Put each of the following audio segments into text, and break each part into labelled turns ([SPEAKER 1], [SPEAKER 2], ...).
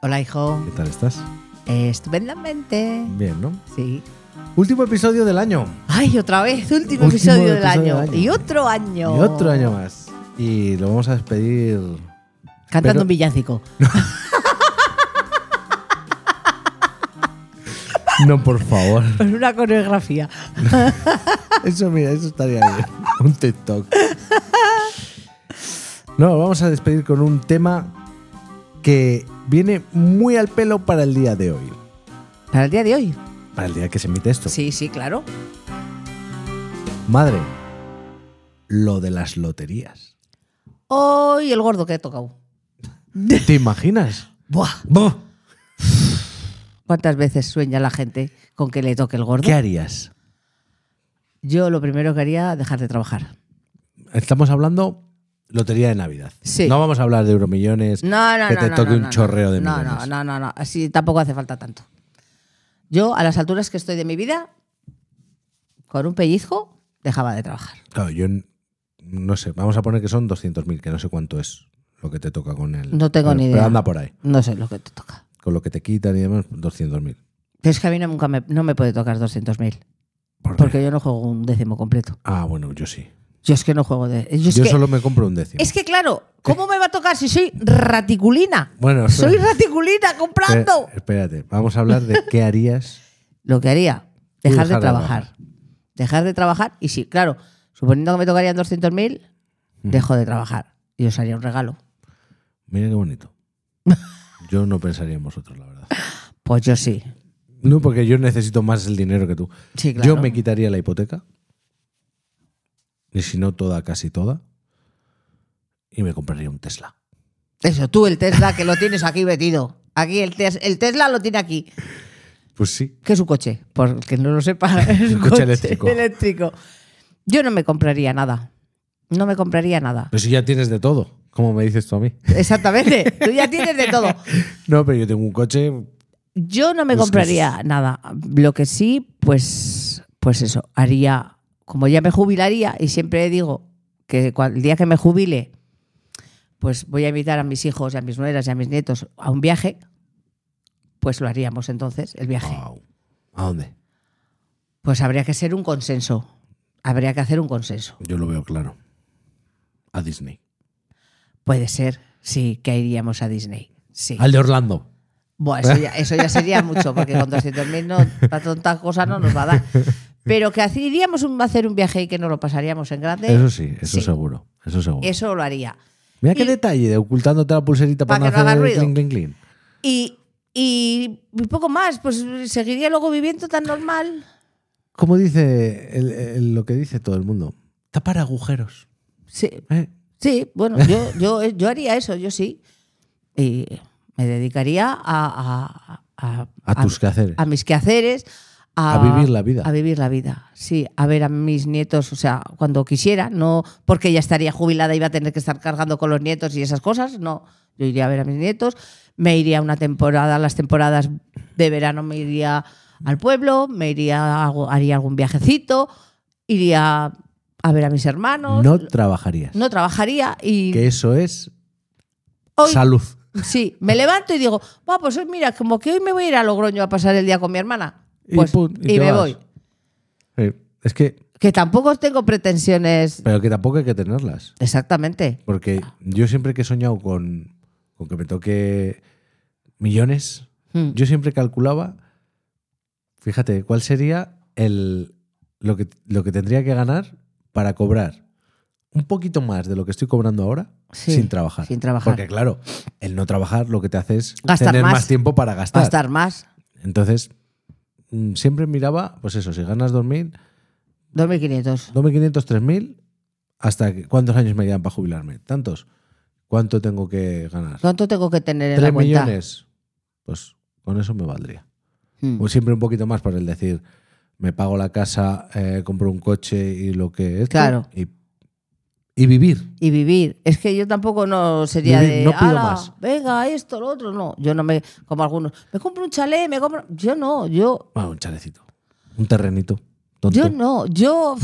[SPEAKER 1] Hola, hijo.
[SPEAKER 2] ¿Qué tal estás?
[SPEAKER 1] Estupendamente.
[SPEAKER 2] Bien, ¿no?
[SPEAKER 1] Sí.
[SPEAKER 2] Último episodio del año.
[SPEAKER 1] Ay, otra vez,
[SPEAKER 2] Último
[SPEAKER 1] último, episodio, del,
[SPEAKER 2] episodio
[SPEAKER 1] año.
[SPEAKER 2] del año.
[SPEAKER 1] Y otro año.
[SPEAKER 2] Y otro año más. Y lo vamos a despedir.
[SPEAKER 1] Cantando
[SPEAKER 2] Pero-
[SPEAKER 1] un villancico.
[SPEAKER 2] No, por favor.
[SPEAKER 1] Con una coreografía.
[SPEAKER 2] Eso, mira, eso estaría bien. Un TikTok. No, vamos a despedir con un tema que viene muy al pelo para el día de hoy.
[SPEAKER 1] Para el día de hoy.
[SPEAKER 2] Para el día que se emite esto.
[SPEAKER 1] Sí, sí, claro.
[SPEAKER 2] Madre, lo de las loterías.
[SPEAKER 1] Hoy el gordo que he tocado.
[SPEAKER 2] ¿Te imaginas?
[SPEAKER 1] Buah.
[SPEAKER 2] ¡Buah!
[SPEAKER 1] ¿Cuántas veces sueña la gente con que le toque el gordo?
[SPEAKER 2] ¿Qué harías?
[SPEAKER 1] Yo lo primero que haría, dejar de trabajar.
[SPEAKER 2] Estamos hablando lotería de Navidad.
[SPEAKER 1] Sí.
[SPEAKER 2] No vamos a hablar de euromillones,
[SPEAKER 1] No, no,
[SPEAKER 2] que
[SPEAKER 1] no,
[SPEAKER 2] te
[SPEAKER 1] no,
[SPEAKER 2] toque
[SPEAKER 1] no,
[SPEAKER 2] un
[SPEAKER 1] no,
[SPEAKER 2] chorreo de
[SPEAKER 1] no,
[SPEAKER 2] millones.
[SPEAKER 1] No, no, no, no. Así tampoco hace falta tanto. Yo, a las alturas que estoy de mi vida, con un pellizco, dejaba de trabajar.
[SPEAKER 2] Claro, yo n- no sé, vamos a poner que son 200.000, que no sé cuánto es lo que te toca con el...
[SPEAKER 1] No tengo
[SPEAKER 2] pero-
[SPEAKER 1] ni
[SPEAKER 2] Pero
[SPEAKER 1] idea.
[SPEAKER 2] anda por ahí,
[SPEAKER 1] No sé lo que te toca.
[SPEAKER 2] con lo que te quitan y demás, 200.000.
[SPEAKER 1] Pero es que a mí no, nunca me, no me puede tocar 200.000.
[SPEAKER 2] ¿Por qué?
[SPEAKER 1] Porque yo no juego un décimo completo.
[SPEAKER 2] Ah, bueno, yo sí.
[SPEAKER 1] Yo es que no juego de. Yo es,
[SPEAKER 2] yo
[SPEAKER 1] que,
[SPEAKER 2] solo me compro un décimo.
[SPEAKER 1] es que, claro, ¿cómo me va a tocar si soy raticulina?
[SPEAKER 2] Bueno,
[SPEAKER 1] soy
[SPEAKER 2] espera.
[SPEAKER 1] raticulina
[SPEAKER 2] Espera-
[SPEAKER 1] comprando.
[SPEAKER 2] espérate, vamos a hablar de qué harías.
[SPEAKER 1] Lo que haría,
[SPEAKER 2] Tú
[SPEAKER 1] dejar, de trabajar. Dejar de trabajar y sí, claro, suponiendo que me tocarían 200.000,
[SPEAKER 2] Mm.
[SPEAKER 1] dejo de trabajar y os haría un regalo.
[SPEAKER 2] Mira qué bonito. Yo no pensaría en vosotros, la verdad.
[SPEAKER 1] Pues yo sí.
[SPEAKER 2] No, porque yo necesito más el dinero que tú.
[SPEAKER 1] Sí, claro.
[SPEAKER 2] Yo me quitaría la hipoteca. Y si no toda, casi toda. Y me compraría un Tesla.
[SPEAKER 1] Eso, tú el Tesla que lo tienes aquí metido. Aquí el, Tes- el Tesla lo tiene aquí.
[SPEAKER 2] Pues sí.
[SPEAKER 1] que es un coche? Por el que no lo sepa, es un
[SPEAKER 2] coche
[SPEAKER 1] coche,
[SPEAKER 2] eléctrico.
[SPEAKER 1] eléctrico. Yo no me compraría nada. No me compraría nada.
[SPEAKER 2] Pero si ya tienes de todo, como me dices tú a mí.
[SPEAKER 1] Exactamente. Tú ya tienes de todo.
[SPEAKER 2] No, pero yo tengo un coche.
[SPEAKER 1] Yo no me
[SPEAKER 2] Buscas-
[SPEAKER 1] compraría nada. Lo que sí, pues, pues eso, haría, como ya me jubilaría, y siempre digo que cua- el día que me jubile, pues voy a invitar a mis hijos, y a mis nueras y a mis nietos a un viaje, pues lo haríamos entonces, el viaje.
[SPEAKER 2] Guau. ¿A dónde?
[SPEAKER 1] Pues habría que ser un consenso. Habría que hacer un consenso.
[SPEAKER 2] Yo lo veo claro. A Disney.
[SPEAKER 1] Puede ser, sí, que iríamos a Disney. Sí.
[SPEAKER 2] Al de Orlando.
[SPEAKER 1] Bueno, eso ya, eso ya sería mucho, porque con 200.000 no, para tantas cosas no nos va a dar. Pero que haci- iríamos un- a hacer un viaje y que nos lo pasaríamos en grande,
[SPEAKER 2] Eso
[SPEAKER 1] eso,
[SPEAKER 2] sí, eso
[SPEAKER 1] Sí.
[SPEAKER 2] seguro. Eso seguro.
[SPEAKER 1] lo haría.
[SPEAKER 2] Mira qué
[SPEAKER 1] y-
[SPEAKER 2] detalle de ocultándote la pulserita
[SPEAKER 1] Pa'
[SPEAKER 2] para,
[SPEAKER 1] que no haga
[SPEAKER 2] hacer
[SPEAKER 1] ruido.
[SPEAKER 2] clink, clink, clink.
[SPEAKER 1] Y, y poco más, pues seguiría luego viviendo tan normal.
[SPEAKER 2] Como dice el- el- lo que dice todo el mundo. Tapar agujeros.
[SPEAKER 1] Sí,
[SPEAKER 2] ¿eh?
[SPEAKER 1] sí bueno, yo, yo, yo haría eso, yo sí. Y me dedicaría a, a- a-
[SPEAKER 2] A tus quehaceres.
[SPEAKER 1] a mis quehaceres, a,
[SPEAKER 2] A vivir la vida.
[SPEAKER 1] A vivir la vida, sí. A ver a mis nietos, o sea, cuando quisiera, no porque ya estaría jubilada y iba a tener que estar cargando con los nietos y esas cosas, no. Yo iría a ver a mis nietos, me iría una temporada, las temporadas de verano me iría al pueblo, me iría, hago- haría algún viajecito, iría a ver a mis hermanos, no,
[SPEAKER 2] no trabajarías.
[SPEAKER 1] trabajaría y
[SPEAKER 2] Que eso es
[SPEAKER 1] hoy
[SPEAKER 2] salud.
[SPEAKER 1] Sí, me levanto y digo, va, pues hoy mira, como que hoy me voy a ir a Logroño a pasar el día con mi hermana.
[SPEAKER 2] Y
[SPEAKER 1] Pues, y,
[SPEAKER 2] pum, y te
[SPEAKER 1] me
[SPEAKER 2] vas.
[SPEAKER 1] voy.
[SPEAKER 2] Sí, Es que,
[SPEAKER 1] Que tampoco tengo pretensiones.
[SPEAKER 2] pero que tampoco hay que tenerlas.
[SPEAKER 1] Exactamente.
[SPEAKER 2] Porque yo siempre que he soñado con, con que me toque millones,
[SPEAKER 1] Mm.
[SPEAKER 2] yo siempre calculaba, fíjate, cuál sería el, lo, que, lo que tendría que ganar para cobrar un poquito más de lo que estoy cobrando ahora
[SPEAKER 1] Sí,
[SPEAKER 2] sin trabajar.
[SPEAKER 1] sin trabajar.
[SPEAKER 2] Porque claro, el no trabajar lo que te hace es
[SPEAKER 1] Gastar
[SPEAKER 2] tener
[SPEAKER 1] más.
[SPEAKER 2] más, tiempo para gastar.
[SPEAKER 1] Gastar más.
[SPEAKER 2] Entonces, mm, siempre miraba, pues eso, si ganas 2.000,
[SPEAKER 1] 2.500.
[SPEAKER 2] 2.500, 3.000, ¿hasta que- cuántos años me quedan para jubilarme? ¿Tantos? ¿Cuánto tengo que ganar?
[SPEAKER 1] ¿Cuánto tengo que tener en la
[SPEAKER 2] ¿Tres
[SPEAKER 1] cuenta?
[SPEAKER 2] millones? Pues con eso me valdría.
[SPEAKER 1] Mm.
[SPEAKER 2] O siempre un poquito más para el decir, me pago la casa, eh, compro un coche y lo que es.
[SPEAKER 1] Claro.
[SPEAKER 2] Y, y vivir.
[SPEAKER 1] Y vivir. Es que yo tampoco no sería
[SPEAKER 2] Vivir,
[SPEAKER 1] de.
[SPEAKER 2] no pido
[SPEAKER 1] "Ala,
[SPEAKER 2] más".
[SPEAKER 1] Venga, esto, lo otro. No, yo no me. Como algunos. Me compro un chalet, me compro. Yo no, yo.
[SPEAKER 2] Bueno, Ah, un chalecito. Un terrenito. tonto.
[SPEAKER 1] Yo no, yo.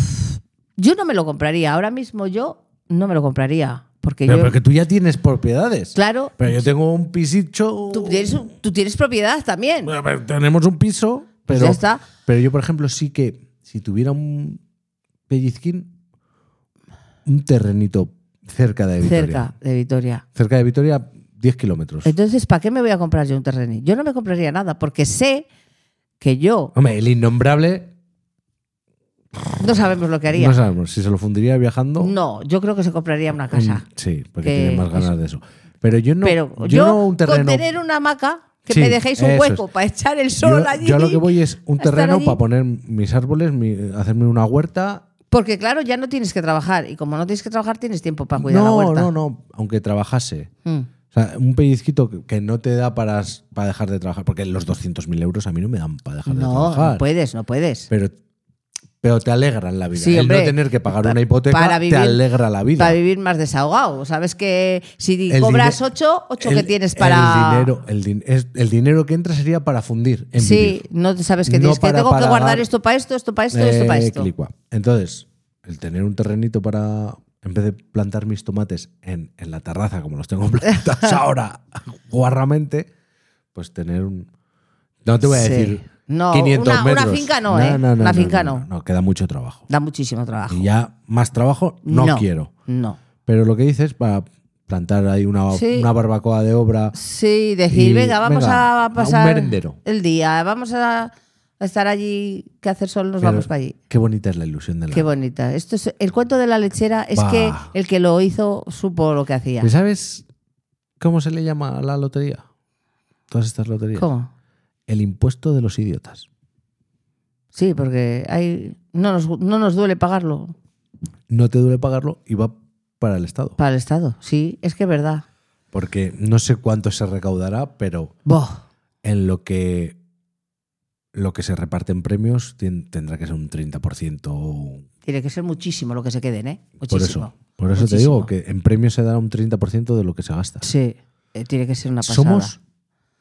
[SPEAKER 1] Yo no me lo compraría. Ahora mismo yo no me lo compraría. Porque
[SPEAKER 2] Pero,
[SPEAKER 1] yo.
[SPEAKER 2] pero que tú ya tienes propiedades.
[SPEAKER 1] Claro.
[SPEAKER 2] Pero yo tengo un pisicho.
[SPEAKER 1] Tú tienes, un- tú tienes propiedad también.
[SPEAKER 2] Bueno, pero tenemos un piso, pero.
[SPEAKER 1] Pues ya está.
[SPEAKER 2] Pero yo, por ejemplo, sí que si tuviera un pellizquín, un terrenito cerca de Vitoria.
[SPEAKER 1] Cerca Eh, de Vitoria.
[SPEAKER 2] Cerca de Vitoria, 10 kilómetros.
[SPEAKER 1] Entonces, ¿para qué me voy a comprar yo un terreno? Yo no me compraría nada porque sé que yo
[SPEAKER 2] Hombre, el innombrable,
[SPEAKER 1] no sabemos lo que haría.
[SPEAKER 2] no sabemos si se lo fundiría viajando.
[SPEAKER 1] No, yo creo que se compraría una casa.
[SPEAKER 2] Mm, Sí, porque
[SPEAKER 1] Que
[SPEAKER 2] tiene más ganas
[SPEAKER 1] eso.
[SPEAKER 2] de eso. Pero yo no.
[SPEAKER 1] Pero
[SPEAKER 2] yo,
[SPEAKER 1] yo,
[SPEAKER 2] no un terreno.
[SPEAKER 1] con tener una hamaca, que
[SPEAKER 2] Sí,
[SPEAKER 1] me dejéis un
[SPEAKER 2] eso
[SPEAKER 1] hueco
[SPEAKER 2] es.
[SPEAKER 1] para echar el
[SPEAKER 2] yo,
[SPEAKER 1] sol allí.
[SPEAKER 2] yo a lo que voy es un
[SPEAKER 1] a estar
[SPEAKER 2] terreno
[SPEAKER 1] allí.
[SPEAKER 2] para poner mis árboles, mi- hacerme una huerta
[SPEAKER 1] Porque claro, ya no tienes que trabajar. Y como no tienes que trabajar, tienes tiempo para cuidar
[SPEAKER 2] no,
[SPEAKER 1] la huerta.
[SPEAKER 2] No, no, aunque trabajase.
[SPEAKER 1] Mm.
[SPEAKER 2] O sea, un pellizquito que- que no te da para, s- para dejar de trabajar, porque los 200.000 euros a mí no me dan para dejar de
[SPEAKER 1] No,
[SPEAKER 2] trabajar.
[SPEAKER 1] no puedes, no puedes.
[SPEAKER 2] Pero, pero te alegran la vida.
[SPEAKER 1] Sí,
[SPEAKER 2] El
[SPEAKER 1] hombre,
[SPEAKER 2] no tener que pagar
[SPEAKER 1] pa-
[SPEAKER 2] una hipoteca
[SPEAKER 1] para vivir-
[SPEAKER 2] te alegra la vida.
[SPEAKER 1] Para vivir más desahogado. Sabes que si
[SPEAKER 2] El
[SPEAKER 1] cobras
[SPEAKER 2] diner-
[SPEAKER 1] ocho, ocho
[SPEAKER 2] el-
[SPEAKER 1] que tienes para.
[SPEAKER 2] El dinero, el, din- es- el dinero que entra sería para fundir. En
[SPEAKER 1] Sí,
[SPEAKER 2] vivir.
[SPEAKER 1] no sabes que
[SPEAKER 2] No
[SPEAKER 1] tienes que
[SPEAKER 2] para
[SPEAKER 1] tengo que
[SPEAKER 2] pagar-
[SPEAKER 1] guardar esto para esto, esto para esto, esto para
[SPEAKER 2] Eh,
[SPEAKER 1] esto.
[SPEAKER 2] clicua. Entonces, el tener un terrenito para. En vez de plantar mis tomates en, en la terraza, como los tengo plantados ahora, guarramente, pues tener un. No te voy a
[SPEAKER 1] Sí.
[SPEAKER 2] decir.
[SPEAKER 1] No,
[SPEAKER 2] 500
[SPEAKER 1] una- una
[SPEAKER 2] metros.
[SPEAKER 1] finca no, ¿eh? Una finca no.
[SPEAKER 2] queda mucho trabajo.
[SPEAKER 1] Da muchísimo trabajo.
[SPEAKER 2] Y ya más trabajo no,
[SPEAKER 1] No.
[SPEAKER 2] quiero.
[SPEAKER 1] No.
[SPEAKER 2] Pero lo que dices para plantar ahí una,
[SPEAKER 1] Sí.
[SPEAKER 2] una barbacoa de obra.
[SPEAKER 1] Sí,
[SPEAKER 2] Y,
[SPEAKER 1] decir, venga, vamos
[SPEAKER 2] venga, a
[SPEAKER 1] a
[SPEAKER 2] un
[SPEAKER 1] pasar
[SPEAKER 2] merendero.
[SPEAKER 1] el día, vamos a estar allí, que hacer sol, nos
[SPEAKER 2] pero
[SPEAKER 1] vamos para allí.
[SPEAKER 2] Qué bonita es la ilusión de la
[SPEAKER 1] Qué bonita. Esto es, el cuento de la lechera es
[SPEAKER 2] Bah. Pues
[SPEAKER 1] que el que lo hizo supo lo que hacía.
[SPEAKER 2] ¿Y ¿Sabes cómo se le llama a la lotería? Todas estas loterías.
[SPEAKER 1] ¿Cómo?
[SPEAKER 2] El impuesto de los idiotas.
[SPEAKER 1] Sí, porque hay, no, nos, no nos duele pagarlo
[SPEAKER 2] No te duele pagarlo y va para el Estado.
[SPEAKER 1] para el Estado. Sí, es que es verdad.
[SPEAKER 2] Porque no sé cuánto se recaudará, pero
[SPEAKER 1] Boh.
[SPEAKER 2] en lo que lo que se reparten premios tien- tendrá que ser un 30% o
[SPEAKER 1] Tiene que ser muchísimo lo que se queden, ¿eh?
[SPEAKER 2] Por
[SPEAKER 1] Muchísimo.
[SPEAKER 2] eso, por eso te
[SPEAKER 1] Muchísimo.
[SPEAKER 2] digo que en premios se da un 30% de lo que se gasta.
[SPEAKER 1] Sí, eh, tiene que ser una pasada.
[SPEAKER 2] Somos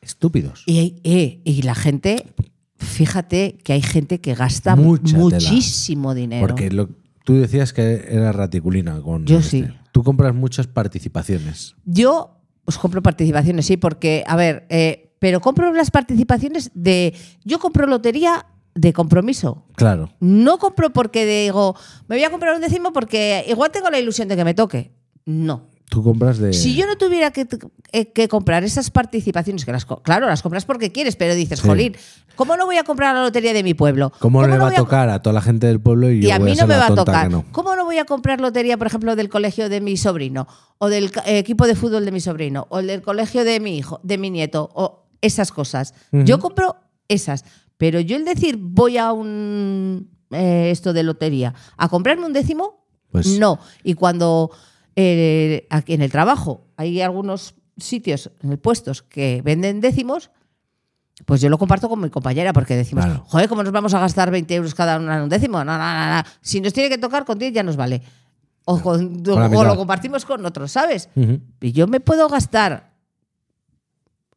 [SPEAKER 2] estúpidos.
[SPEAKER 1] Y, hay- eh, y la gente, fíjate que hay gente que gasta
[SPEAKER 2] Mucha tela.
[SPEAKER 1] muchísimo dinero.
[SPEAKER 2] Porque lo- tú decías que era raticulina con este.
[SPEAKER 1] Yo sí.
[SPEAKER 2] Tú compras muchas participaciones.
[SPEAKER 1] Yo os compro participaciones, sí, porque, a ver, eh, pero compro las participaciones de. Yo compro lotería de compromiso.
[SPEAKER 2] Claro.
[SPEAKER 1] No compro porque digo, me voy a comprar un décimo porque igual tengo la ilusión de que me toque. No.
[SPEAKER 2] Tú compras de
[SPEAKER 1] Si yo no tuviera que, eh, que comprar esas participaciones, que las co- claro, las compras porque quieres, pero dices,
[SPEAKER 2] Sí.
[SPEAKER 1] jolín, ¿cómo no voy a comprar la lotería de mi pueblo?
[SPEAKER 2] ¿Cómo, le
[SPEAKER 1] no
[SPEAKER 2] va a
[SPEAKER 1] voy
[SPEAKER 2] tocar a toda la gente del pueblo y,
[SPEAKER 1] y
[SPEAKER 2] yo
[SPEAKER 1] a
[SPEAKER 2] voy
[SPEAKER 1] mí
[SPEAKER 2] ser
[SPEAKER 1] no me
[SPEAKER 2] la
[SPEAKER 1] va a
[SPEAKER 2] tonta
[SPEAKER 1] tocar.
[SPEAKER 2] que no?
[SPEAKER 1] ¿Cómo no voy a comprar lotería, por ejemplo, del colegio de mi sobrino? O del ca- eh, equipo de fútbol de mi sobrino. O el del colegio de mi hijo, de mi nieto. O esas cosas. Yo compro esas. Pero yo el decir voy a un eh, esto de lotería a comprarme un décimo,
[SPEAKER 2] Pues-
[SPEAKER 1] no. Y cuando eh, aquí en el trabajo hay algunos sitios, eh, puestos que venden décimos, pues yo lo comparto con mi compañera porque decimos,
[SPEAKER 2] Claro.
[SPEAKER 1] joder, ¿cómo nos vamos a gastar 20 euros cada uno en un décimo? No, no, no, no. Si nos tiene que tocar con 10 ya nos vale. O, con-
[SPEAKER 2] Con la
[SPEAKER 1] o
[SPEAKER 2] mitad.
[SPEAKER 1] lo compartimos con otros, ¿sabes?
[SPEAKER 2] Ujú.
[SPEAKER 1] Y yo me puedo gastar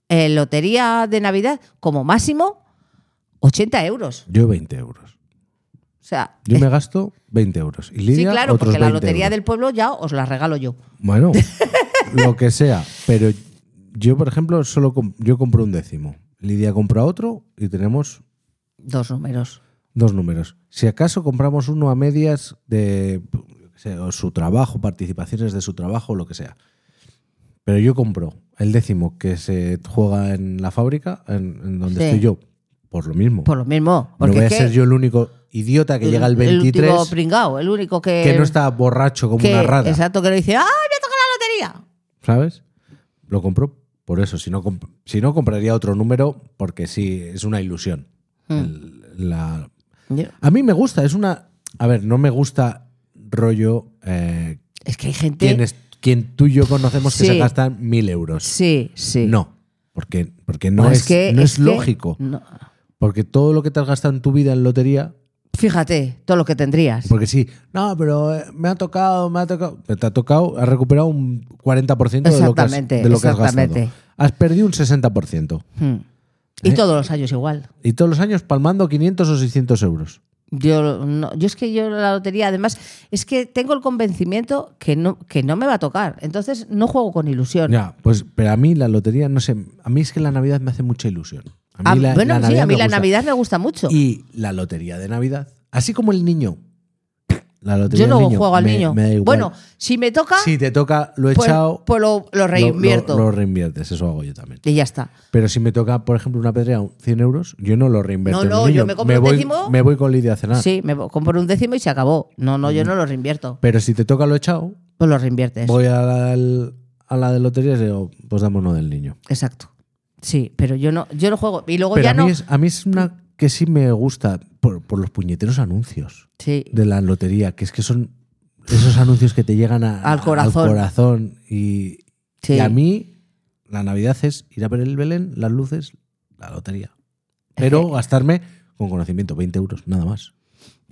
[SPEAKER 1] en lotería de Navidad como máximo 80 euros.
[SPEAKER 2] Yo 20 euros.
[SPEAKER 1] O sea,
[SPEAKER 2] Yo
[SPEAKER 1] eh,
[SPEAKER 2] me gasto 20 euros. Y Lidia,
[SPEAKER 1] sí, claro,
[SPEAKER 2] otros
[SPEAKER 1] porque la
[SPEAKER 2] 20
[SPEAKER 1] lotería
[SPEAKER 2] euros.
[SPEAKER 1] del pueblo ya os la regalo yo.
[SPEAKER 2] Bueno, lo que sea. Pero yo, por ejemplo, solo com- yo compro un décimo. Lidia compra otro y tenemos
[SPEAKER 1] Dos números.
[SPEAKER 2] dos números. Si acaso compramos uno a medias de yo qué sé, o su trabajo, participaciones de su trabajo, lo que sea. Pero yo compro el décimo que se juega en la fábrica, en, en donde
[SPEAKER 1] Sí.
[SPEAKER 2] estoy yo, por lo mismo.
[SPEAKER 1] Por lo mismo.
[SPEAKER 2] no
[SPEAKER 1] Porque
[SPEAKER 2] voy a
[SPEAKER 1] es que
[SPEAKER 2] ser yo el único idiota que llega el
[SPEAKER 1] El último
[SPEAKER 2] 23
[SPEAKER 1] pringao, el único que.
[SPEAKER 2] que no está borracho como
[SPEAKER 1] Eh, que-
[SPEAKER 2] una rata.
[SPEAKER 1] Exacto, que le dice, ¡ay, me ha tocado la lotería!
[SPEAKER 2] ¿Sabes? Lo compro por eso. Si no, comp- si no compraría otro número, porque sí, es una ilusión.
[SPEAKER 1] Hmm.
[SPEAKER 2] El- la-
[SPEAKER 1] Yo-
[SPEAKER 2] A mí me gusta, es una. A ver, no me gusta rollo eh,
[SPEAKER 1] Es que hay gente.
[SPEAKER 2] quien, es- quien tú y yo conocemos que se
[SPEAKER 1] Sí.
[SPEAKER 2] gastan mil euros.
[SPEAKER 1] Sí, sí.
[SPEAKER 2] No, porque, porque no,
[SPEAKER 1] Pues
[SPEAKER 2] es, no es
[SPEAKER 1] que-
[SPEAKER 2] lógico.
[SPEAKER 1] no.
[SPEAKER 2] Porque todo lo que te has gastado en tu vida en lotería,
[SPEAKER 1] Fíjate, todo lo que tendrías.
[SPEAKER 2] porque sí, no, pero eh, me ha tocado, me ha tocado. Pero Te ha tocado, has recuperado un 40% de lo, que has,
[SPEAKER 1] Exactamente,
[SPEAKER 2] de lo que has gastado.
[SPEAKER 1] exactamente.
[SPEAKER 2] Has perdido un 60%.
[SPEAKER 1] Hmm. Y todos los años igual.
[SPEAKER 2] Y todos los años palmando 500 o 600 euros.
[SPEAKER 1] Yo, no- yo es que yo la lotería, además, es que tengo el convencimiento que no, que no me va a tocar. Entonces no juego con ilusión.
[SPEAKER 2] Ya, pues, pero a mí la lotería, no sé, a mí es que la Navidad me hace mucha ilusión. A
[SPEAKER 1] Ah,
[SPEAKER 2] mí la,
[SPEAKER 1] bueno,
[SPEAKER 2] la
[SPEAKER 1] sí, a mí
[SPEAKER 2] me
[SPEAKER 1] la
[SPEAKER 2] gusta.
[SPEAKER 1] Navidad me gusta mucho.
[SPEAKER 2] Y la lotería de Navidad, así como el niño. La lotería
[SPEAKER 1] yo
[SPEAKER 2] del
[SPEAKER 1] no
[SPEAKER 2] niño,
[SPEAKER 1] juego al
[SPEAKER 2] me-
[SPEAKER 1] niño.
[SPEAKER 2] me da igual.
[SPEAKER 1] Bueno, si me toca,
[SPEAKER 2] si te toca, lo he
[SPEAKER 1] pues,
[SPEAKER 2] echado,
[SPEAKER 1] pues lo, lo
[SPEAKER 2] lo-
[SPEAKER 1] reinvierto.
[SPEAKER 2] Lo, lo reinviertes, eso hago yo también.
[SPEAKER 1] Y ya está.
[SPEAKER 2] Pero si me toca, por ejemplo, una pedrea 100 euros, yo no lo reinvierto.
[SPEAKER 1] No,
[SPEAKER 2] en el
[SPEAKER 1] no, yo
[SPEAKER 2] niño.
[SPEAKER 1] me compro un
[SPEAKER 2] voy,
[SPEAKER 1] décimo.
[SPEAKER 2] Me voy con Lidia a cenar.
[SPEAKER 1] Sí, me compro un décimo y se acabó. No, no, yo
[SPEAKER 2] Mm.
[SPEAKER 1] no lo reinvierto.
[SPEAKER 2] Pero si te toca, lo he echado,
[SPEAKER 1] Pues lo reinviertes.
[SPEAKER 2] voy a la, al- a la de loterías y digo, pues dámonos del niño.
[SPEAKER 1] Exacto. Sí, pero yo no, yo no juego. Y luego
[SPEAKER 2] Pero
[SPEAKER 1] ya
[SPEAKER 2] a mí,
[SPEAKER 1] no.
[SPEAKER 2] es, a mí es una que sí me gusta por, por los puñeteros anuncios
[SPEAKER 1] Sí.
[SPEAKER 2] de la lotería, que es que son esos anuncios que te llegan a-
[SPEAKER 1] Al corazón.
[SPEAKER 2] corazón. Y,
[SPEAKER 1] Sí.
[SPEAKER 2] y a mí la Navidad es ir a ver el Belén, las luces, la lotería. Pero gastarme con conocimiento, 20 euros, nada más.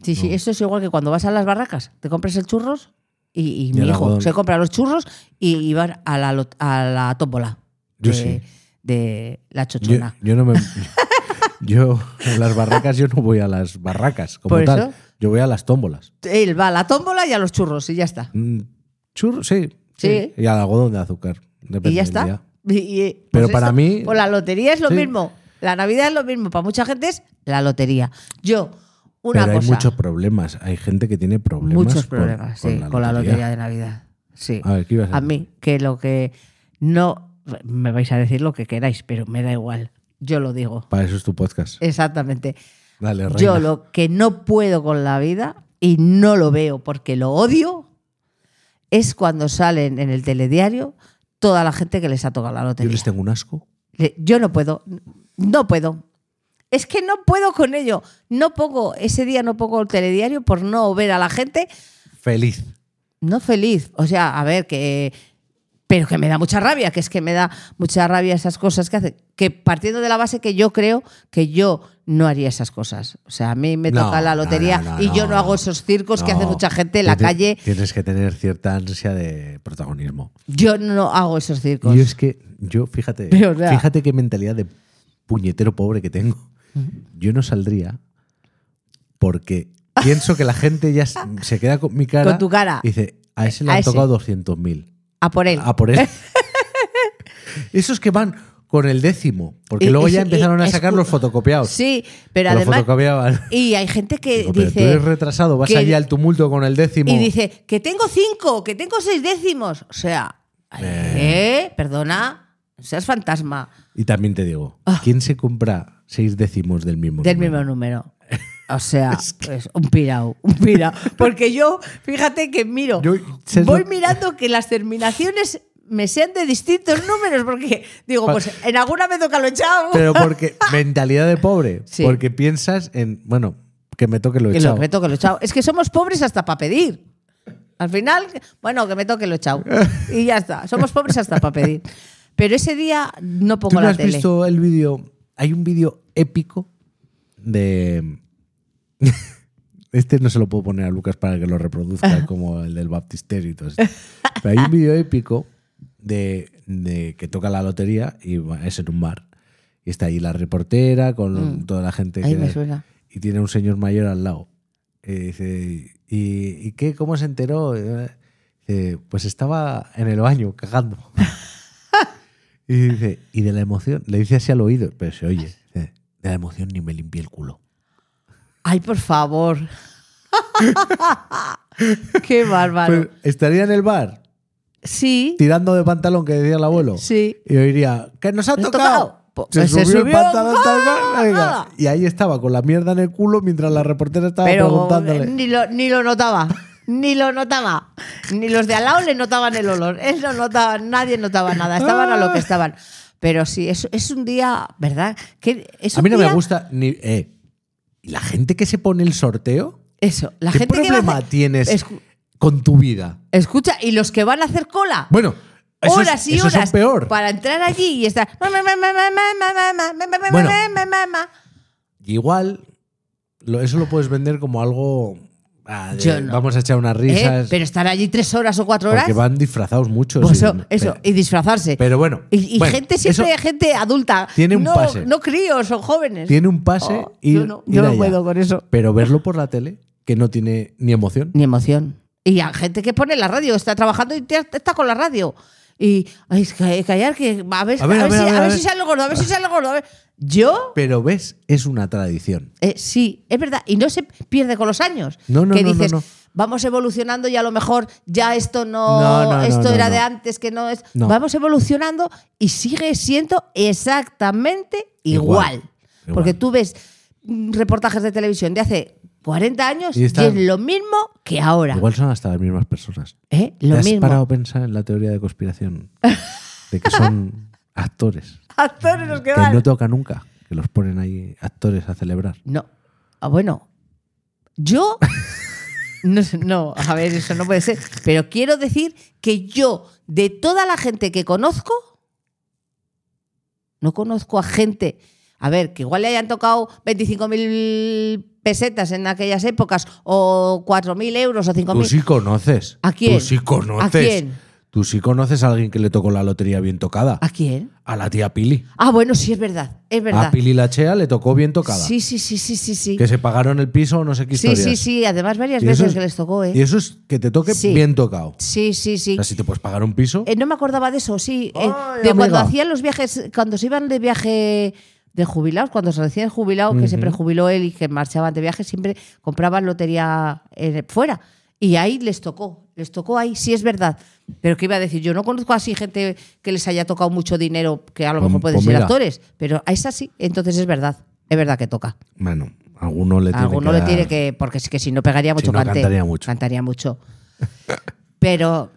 [SPEAKER 1] Sí, sí, eso es igual que cuando vas a las barracas, te compras el churros y, y mi
[SPEAKER 2] el
[SPEAKER 1] hijo
[SPEAKER 2] algodón.
[SPEAKER 1] se compra los churros y, y van a la, lot- a la tómbola
[SPEAKER 2] Yo
[SPEAKER 1] de,
[SPEAKER 2] sí.
[SPEAKER 1] de la
[SPEAKER 2] Yo,
[SPEAKER 1] chochona.
[SPEAKER 2] yo no me. Yo, en las barracas, yo no voy a las barracas como
[SPEAKER 1] ¿Por
[SPEAKER 2] tal.
[SPEAKER 1] eso?
[SPEAKER 2] Yo voy a las tómbolas.
[SPEAKER 1] Él va a la tómbola y a los churros y ya está.
[SPEAKER 2] Mm, Churros, sí,
[SPEAKER 1] Sí.
[SPEAKER 2] Y al algodón de azúcar. depende
[SPEAKER 1] Y ya
[SPEAKER 2] del
[SPEAKER 1] está.
[SPEAKER 2] día.
[SPEAKER 1] Y- y, pues
[SPEAKER 2] Pero para mí-
[SPEAKER 1] Pues la lotería es lo
[SPEAKER 2] Sí.
[SPEAKER 1] mismo. La Navidad es lo mismo. Para mucha gente es la lotería. Yo, una
[SPEAKER 2] Pero
[SPEAKER 1] cosa.
[SPEAKER 2] hay muchos problemas. Hay gente que tiene problemas.
[SPEAKER 1] muchos
[SPEAKER 2] con-
[SPEAKER 1] problemas sí, con, la, lotería de Navidad. Sí.
[SPEAKER 2] A ver, ¿qué ibas a
[SPEAKER 1] a
[SPEAKER 2] decir?
[SPEAKER 1] mí, que lo que no. Me vais a decir lo que queráis, pero me da igual. Yo lo digo.
[SPEAKER 2] Para eso es tu podcast.
[SPEAKER 1] Exactamente.
[SPEAKER 2] Dale, reina.
[SPEAKER 1] Eh, Yo lo que no puedo con la vida y no lo veo porque lo odio es cuando salen en el telediario toda la gente que les ha tocado la
[SPEAKER 2] Yo
[SPEAKER 1] lotería.
[SPEAKER 2] les tengo un asco.
[SPEAKER 1] Le- Yo no puedo, no puedo. Es que no puedo con ello. No pongo, ese día no pongo el telediario por no ver a la gente
[SPEAKER 2] Feliz.
[SPEAKER 1] no feliz, o sea, a ver, que. Pero que me da mucha rabia, que es que me da mucha rabia esas cosas que hacen. Que partiendo de la base que yo creo que yo no haría esas cosas. O sea, a mí me
[SPEAKER 2] No,
[SPEAKER 1] toca la
[SPEAKER 2] no,
[SPEAKER 1] lotería
[SPEAKER 2] no, no,
[SPEAKER 1] y yo no
[SPEAKER 2] no.
[SPEAKER 1] hago esos circos que hace
[SPEAKER 2] No.
[SPEAKER 1] mucha gente en la
[SPEAKER 2] Ti-
[SPEAKER 1] calle.
[SPEAKER 2] Tienes que tener cierta ansia de protagonismo.
[SPEAKER 1] Yo no hago esos circos.
[SPEAKER 2] Y yo es que, yo fíjate,
[SPEAKER 1] Pero, o sea-
[SPEAKER 2] fíjate qué mentalidad de puñetero pobre que tengo. Yo no saldría porque pienso que la gente ya s- se queda con mi cara.
[SPEAKER 1] Con tu cara.
[SPEAKER 2] Y dice, a ese le
[SPEAKER 1] A
[SPEAKER 2] han
[SPEAKER 1] ese.
[SPEAKER 2] tocado 200.000.
[SPEAKER 1] A por él.
[SPEAKER 2] A por él. Esos que van con el décimo, porque
[SPEAKER 1] Y-
[SPEAKER 2] luego
[SPEAKER 1] y-
[SPEAKER 2] ya
[SPEAKER 1] y-
[SPEAKER 2] empezaron a
[SPEAKER 1] es
[SPEAKER 2] sacar
[SPEAKER 1] cu-
[SPEAKER 2] los fotocopiados.
[SPEAKER 1] Sí, pero
[SPEAKER 2] Los
[SPEAKER 1] además.
[SPEAKER 2] fotocopiaban.
[SPEAKER 1] Y hay gente que
[SPEAKER 2] Digo, pero
[SPEAKER 1] dice.
[SPEAKER 2] tú eres retrasado, vas
[SPEAKER 1] que-
[SPEAKER 2] allá al tumulto con el décimo.
[SPEAKER 1] Y dice, que tengo cinco, que tengo seis décimos. O sea, ¿eh? Perdona, seas fantasma.
[SPEAKER 2] Y también te digo, ¿quién se compra seis décimos del mismo
[SPEAKER 1] Ah. Del
[SPEAKER 2] número?
[SPEAKER 1] mismo número. O sea, es un pirao, un pirao. Porque yo, fíjate que miro,
[SPEAKER 2] Yo- ¿sabes
[SPEAKER 1] voy
[SPEAKER 2] lo-
[SPEAKER 1] mirando que las terminaciones me sean de distintos números, porque digo, pues en alguna me toca lo echado.
[SPEAKER 2] Pero porque mentalidad de pobre,
[SPEAKER 1] Sí.
[SPEAKER 2] porque piensas en, bueno, que me toque lo
[SPEAKER 1] que lo
[SPEAKER 2] echado.
[SPEAKER 1] me toque lo echado. Es que somos pobres hasta para pedir. Al final, bueno, que me toque lo echado. Y ya está, somos pobres hasta para pedir. Pero ese día no
[SPEAKER 2] ¿Tú
[SPEAKER 1] pongo
[SPEAKER 2] no
[SPEAKER 1] la
[SPEAKER 2] has
[SPEAKER 1] tele.
[SPEAKER 2] visto el vídeo? Hay un vídeo épico de Este no se lo puedo poner a Lucas para que lo reproduzca como el del baptisterio y todo esto. Pero hay un vídeo épico de, de que toca la lotería y va- es en un bar. Y está ahí la reportera con toda la gente
[SPEAKER 1] Mm. Ahí
[SPEAKER 2] que-
[SPEAKER 1] me suena.
[SPEAKER 2] y tiene un señor mayor al lado. Y dice, ¿y, y qué? ¿Cómo se enteró? Eh, dice, pues estaba en el baño cagando. y dice, y de la emoción, le dice así al oído, pero se oye, dice, de la emoción ni me limpié el culo.
[SPEAKER 1] Ay, por favor. Qué
[SPEAKER 2] Pues,
[SPEAKER 1] bárbaro.
[SPEAKER 2] estaría en el bar
[SPEAKER 1] sí.
[SPEAKER 2] tirando de pantalón que decía el abuelo.
[SPEAKER 1] Sí.
[SPEAKER 2] Y yo diría, ¿qué nos ha
[SPEAKER 1] ¿Nos ha
[SPEAKER 2] tocado?
[SPEAKER 1] tocado? Pues se subió,
[SPEAKER 2] tal,
[SPEAKER 1] ¡ah!
[SPEAKER 2] tal, venga. Y ahí estaba con la mierda en el culo mientras la reportera estaba
[SPEAKER 1] Pero eh,
[SPEAKER 2] preguntándole.
[SPEAKER 1] ni lo, ni lo notaba. Ni lo notaba. Ni los de al lado le notaban el olor. Él no notaba, nadie notaba nada. Estaban a lo que estaban. Pero sí, es, es un día, ¿verdad? Que es
[SPEAKER 2] A mí
[SPEAKER 1] un
[SPEAKER 2] no me
[SPEAKER 1] día-
[SPEAKER 2] gusta ni. eh, ¿y la gente que se pone el sorteo?
[SPEAKER 1] Eso, la
[SPEAKER 2] ¿Qué
[SPEAKER 1] gente que va a
[SPEAKER 2] problema
[SPEAKER 1] hacer-
[SPEAKER 2] tienes
[SPEAKER 1] Escu-
[SPEAKER 2] con tu vida?
[SPEAKER 1] Escucha, y los que van a hacer cola.
[SPEAKER 2] Bueno, eso es-
[SPEAKER 1] horas y
[SPEAKER 2] eso es
[SPEAKER 1] horas
[SPEAKER 2] peor.
[SPEAKER 1] para entrar allí y estar.
[SPEAKER 2] Bueno. Igual, lo- eso lo puedes vender como algo ah, de-
[SPEAKER 1] Yo no.
[SPEAKER 2] Vamos a echar unas risas.
[SPEAKER 1] ¿Eh? Pero estar allí tres horas o cuatro horas.
[SPEAKER 2] porque van disfrazados mucho.
[SPEAKER 1] pues
[SPEAKER 2] sí.
[SPEAKER 1] eso, eso, y
[SPEAKER 2] Pero,
[SPEAKER 1] disfrazarse.
[SPEAKER 2] pero bueno.
[SPEAKER 1] y y
[SPEAKER 2] bueno,
[SPEAKER 1] gente siempre,
[SPEAKER 2] eso
[SPEAKER 1] gente adulta.
[SPEAKER 2] Tiene un
[SPEAKER 1] no,
[SPEAKER 2] pase.
[SPEAKER 1] No críos o jóvenes.
[SPEAKER 2] Tiene un pase
[SPEAKER 1] Oh,
[SPEAKER 2] y.
[SPEAKER 1] yo no, yo no puedo con eso.
[SPEAKER 2] Pero verlo por la tele, que no tiene ni emoción.
[SPEAKER 1] Ni emoción. Y a gente que pone la radio, está trabajando y te- está con la radio. Y, ay, es que- callar, que a ver,
[SPEAKER 2] A ver,
[SPEAKER 1] a
[SPEAKER 2] a ver,
[SPEAKER 1] ver si-
[SPEAKER 2] a ver,
[SPEAKER 1] a
[SPEAKER 2] a
[SPEAKER 1] ver
[SPEAKER 2] ver.
[SPEAKER 1] si sale gordo, a ver si sale gordo. a ver. Yo
[SPEAKER 2] Pero ves, es una tradición.
[SPEAKER 1] Eh, sí, es verdad. Y no se pierde con los años.
[SPEAKER 2] No, no,
[SPEAKER 1] que
[SPEAKER 2] no, no,
[SPEAKER 1] dices,
[SPEAKER 2] no.
[SPEAKER 1] vamos evolucionando y a lo mejor ya esto no,
[SPEAKER 2] No, no, no,
[SPEAKER 1] esto
[SPEAKER 2] no,
[SPEAKER 1] era
[SPEAKER 2] no.
[SPEAKER 1] de antes, que no es.
[SPEAKER 2] No.
[SPEAKER 1] Vamos evolucionando y sigue siendo exactamente
[SPEAKER 2] Igual,
[SPEAKER 1] igual.
[SPEAKER 2] igual.
[SPEAKER 1] Porque tú ves mm, reportajes de televisión de hace 40 años
[SPEAKER 2] Y
[SPEAKER 1] y,
[SPEAKER 2] están-
[SPEAKER 1] es lo mismo que ahora.
[SPEAKER 2] Igual son hasta las mismas personas.
[SPEAKER 1] ¿Eh?
[SPEAKER 2] ¿Te
[SPEAKER 1] Lo
[SPEAKER 2] has
[SPEAKER 1] mismo.
[SPEAKER 2] parado a pensar en la teoría de conspiración? De que son actores.
[SPEAKER 1] Actores los que
[SPEAKER 2] Que
[SPEAKER 1] van.
[SPEAKER 2] no toca nunca. Que los ponen ahí actores a celebrar.
[SPEAKER 1] No. Ah, bueno, yo. No, sé, no, a ver, eso no puede ser. Pero quiero decir que yo, de toda la gente que conozco, no conozco a gente. A ver, que igual le hayan tocado 25.000 pesetas en aquellas épocas, o 4.000 euros, o 5.000.
[SPEAKER 2] Tú Pues sí conoces.
[SPEAKER 1] ¿A quién?
[SPEAKER 2] Tú sí conoces.
[SPEAKER 1] ¿A quién?
[SPEAKER 2] Tú sí conoces a alguien que le tocó la lotería bien tocada.
[SPEAKER 1] ¿A quién?
[SPEAKER 2] A la tía Pili.
[SPEAKER 1] Ah, bueno, sí, es verdad. Es verdad.
[SPEAKER 2] A Pili Lachea le tocó bien tocada.
[SPEAKER 1] Sí, sí, sí, sí, sí. sí.
[SPEAKER 2] Que se pagaron el piso o no sé qué
[SPEAKER 1] Sí,
[SPEAKER 2] historias.
[SPEAKER 1] sí, sí. Además, varias
[SPEAKER 2] Y eso
[SPEAKER 1] veces
[SPEAKER 2] es-
[SPEAKER 1] que les tocó, ¿eh?
[SPEAKER 2] Y eso es que te toque
[SPEAKER 1] Sí.
[SPEAKER 2] bien tocado.
[SPEAKER 1] Sí, sí, sí.
[SPEAKER 2] O sea, si te puedes pagar un piso.
[SPEAKER 1] Eh, no me acordaba de eso, sí. eh,
[SPEAKER 2] Ay,
[SPEAKER 1] de
[SPEAKER 2] amiga.
[SPEAKER 1] cuando hacían los viajes, cuando se iban de viaje de jubilados, cuando se recién jubilado, que se prejubiló él y que marchaban de viaje, siempre compraban lotería eh, fuera. Y ahí les tocó, les tocó ahí, sí es verdad. Pero que iba a decir, yo no conozco así gente que les haya tocado mucho dinero, que a lo
[SPEAKER 2] Pues-
[SPEAKER 1] mejor pueden
[SPEAKER 2] pues
[SPEAKER 1] ser
[SPEAKER 2] mira.
[SPEAKER 1] actores, pero a esa sí, entonces es verdad, es verdad que toca.
[SPEAKER 2] Bueno, alguno le
[SPEAKER 1] A
[SPEAKER 2] tiene
[SPEAKER 1] alguno
[SPEAKER 2] que
[SPEAKER 1] le
[SPEAKER 2] dar-
[SPEAKER 1] tiene que. Porque es que si no pegaría mucho
[SPEAKER 2] no,
[SPEAKER 1] cante.
[SPEAKER 2] cantaría mucho.
[SPEAKER 1] Cantaría mucho. Pero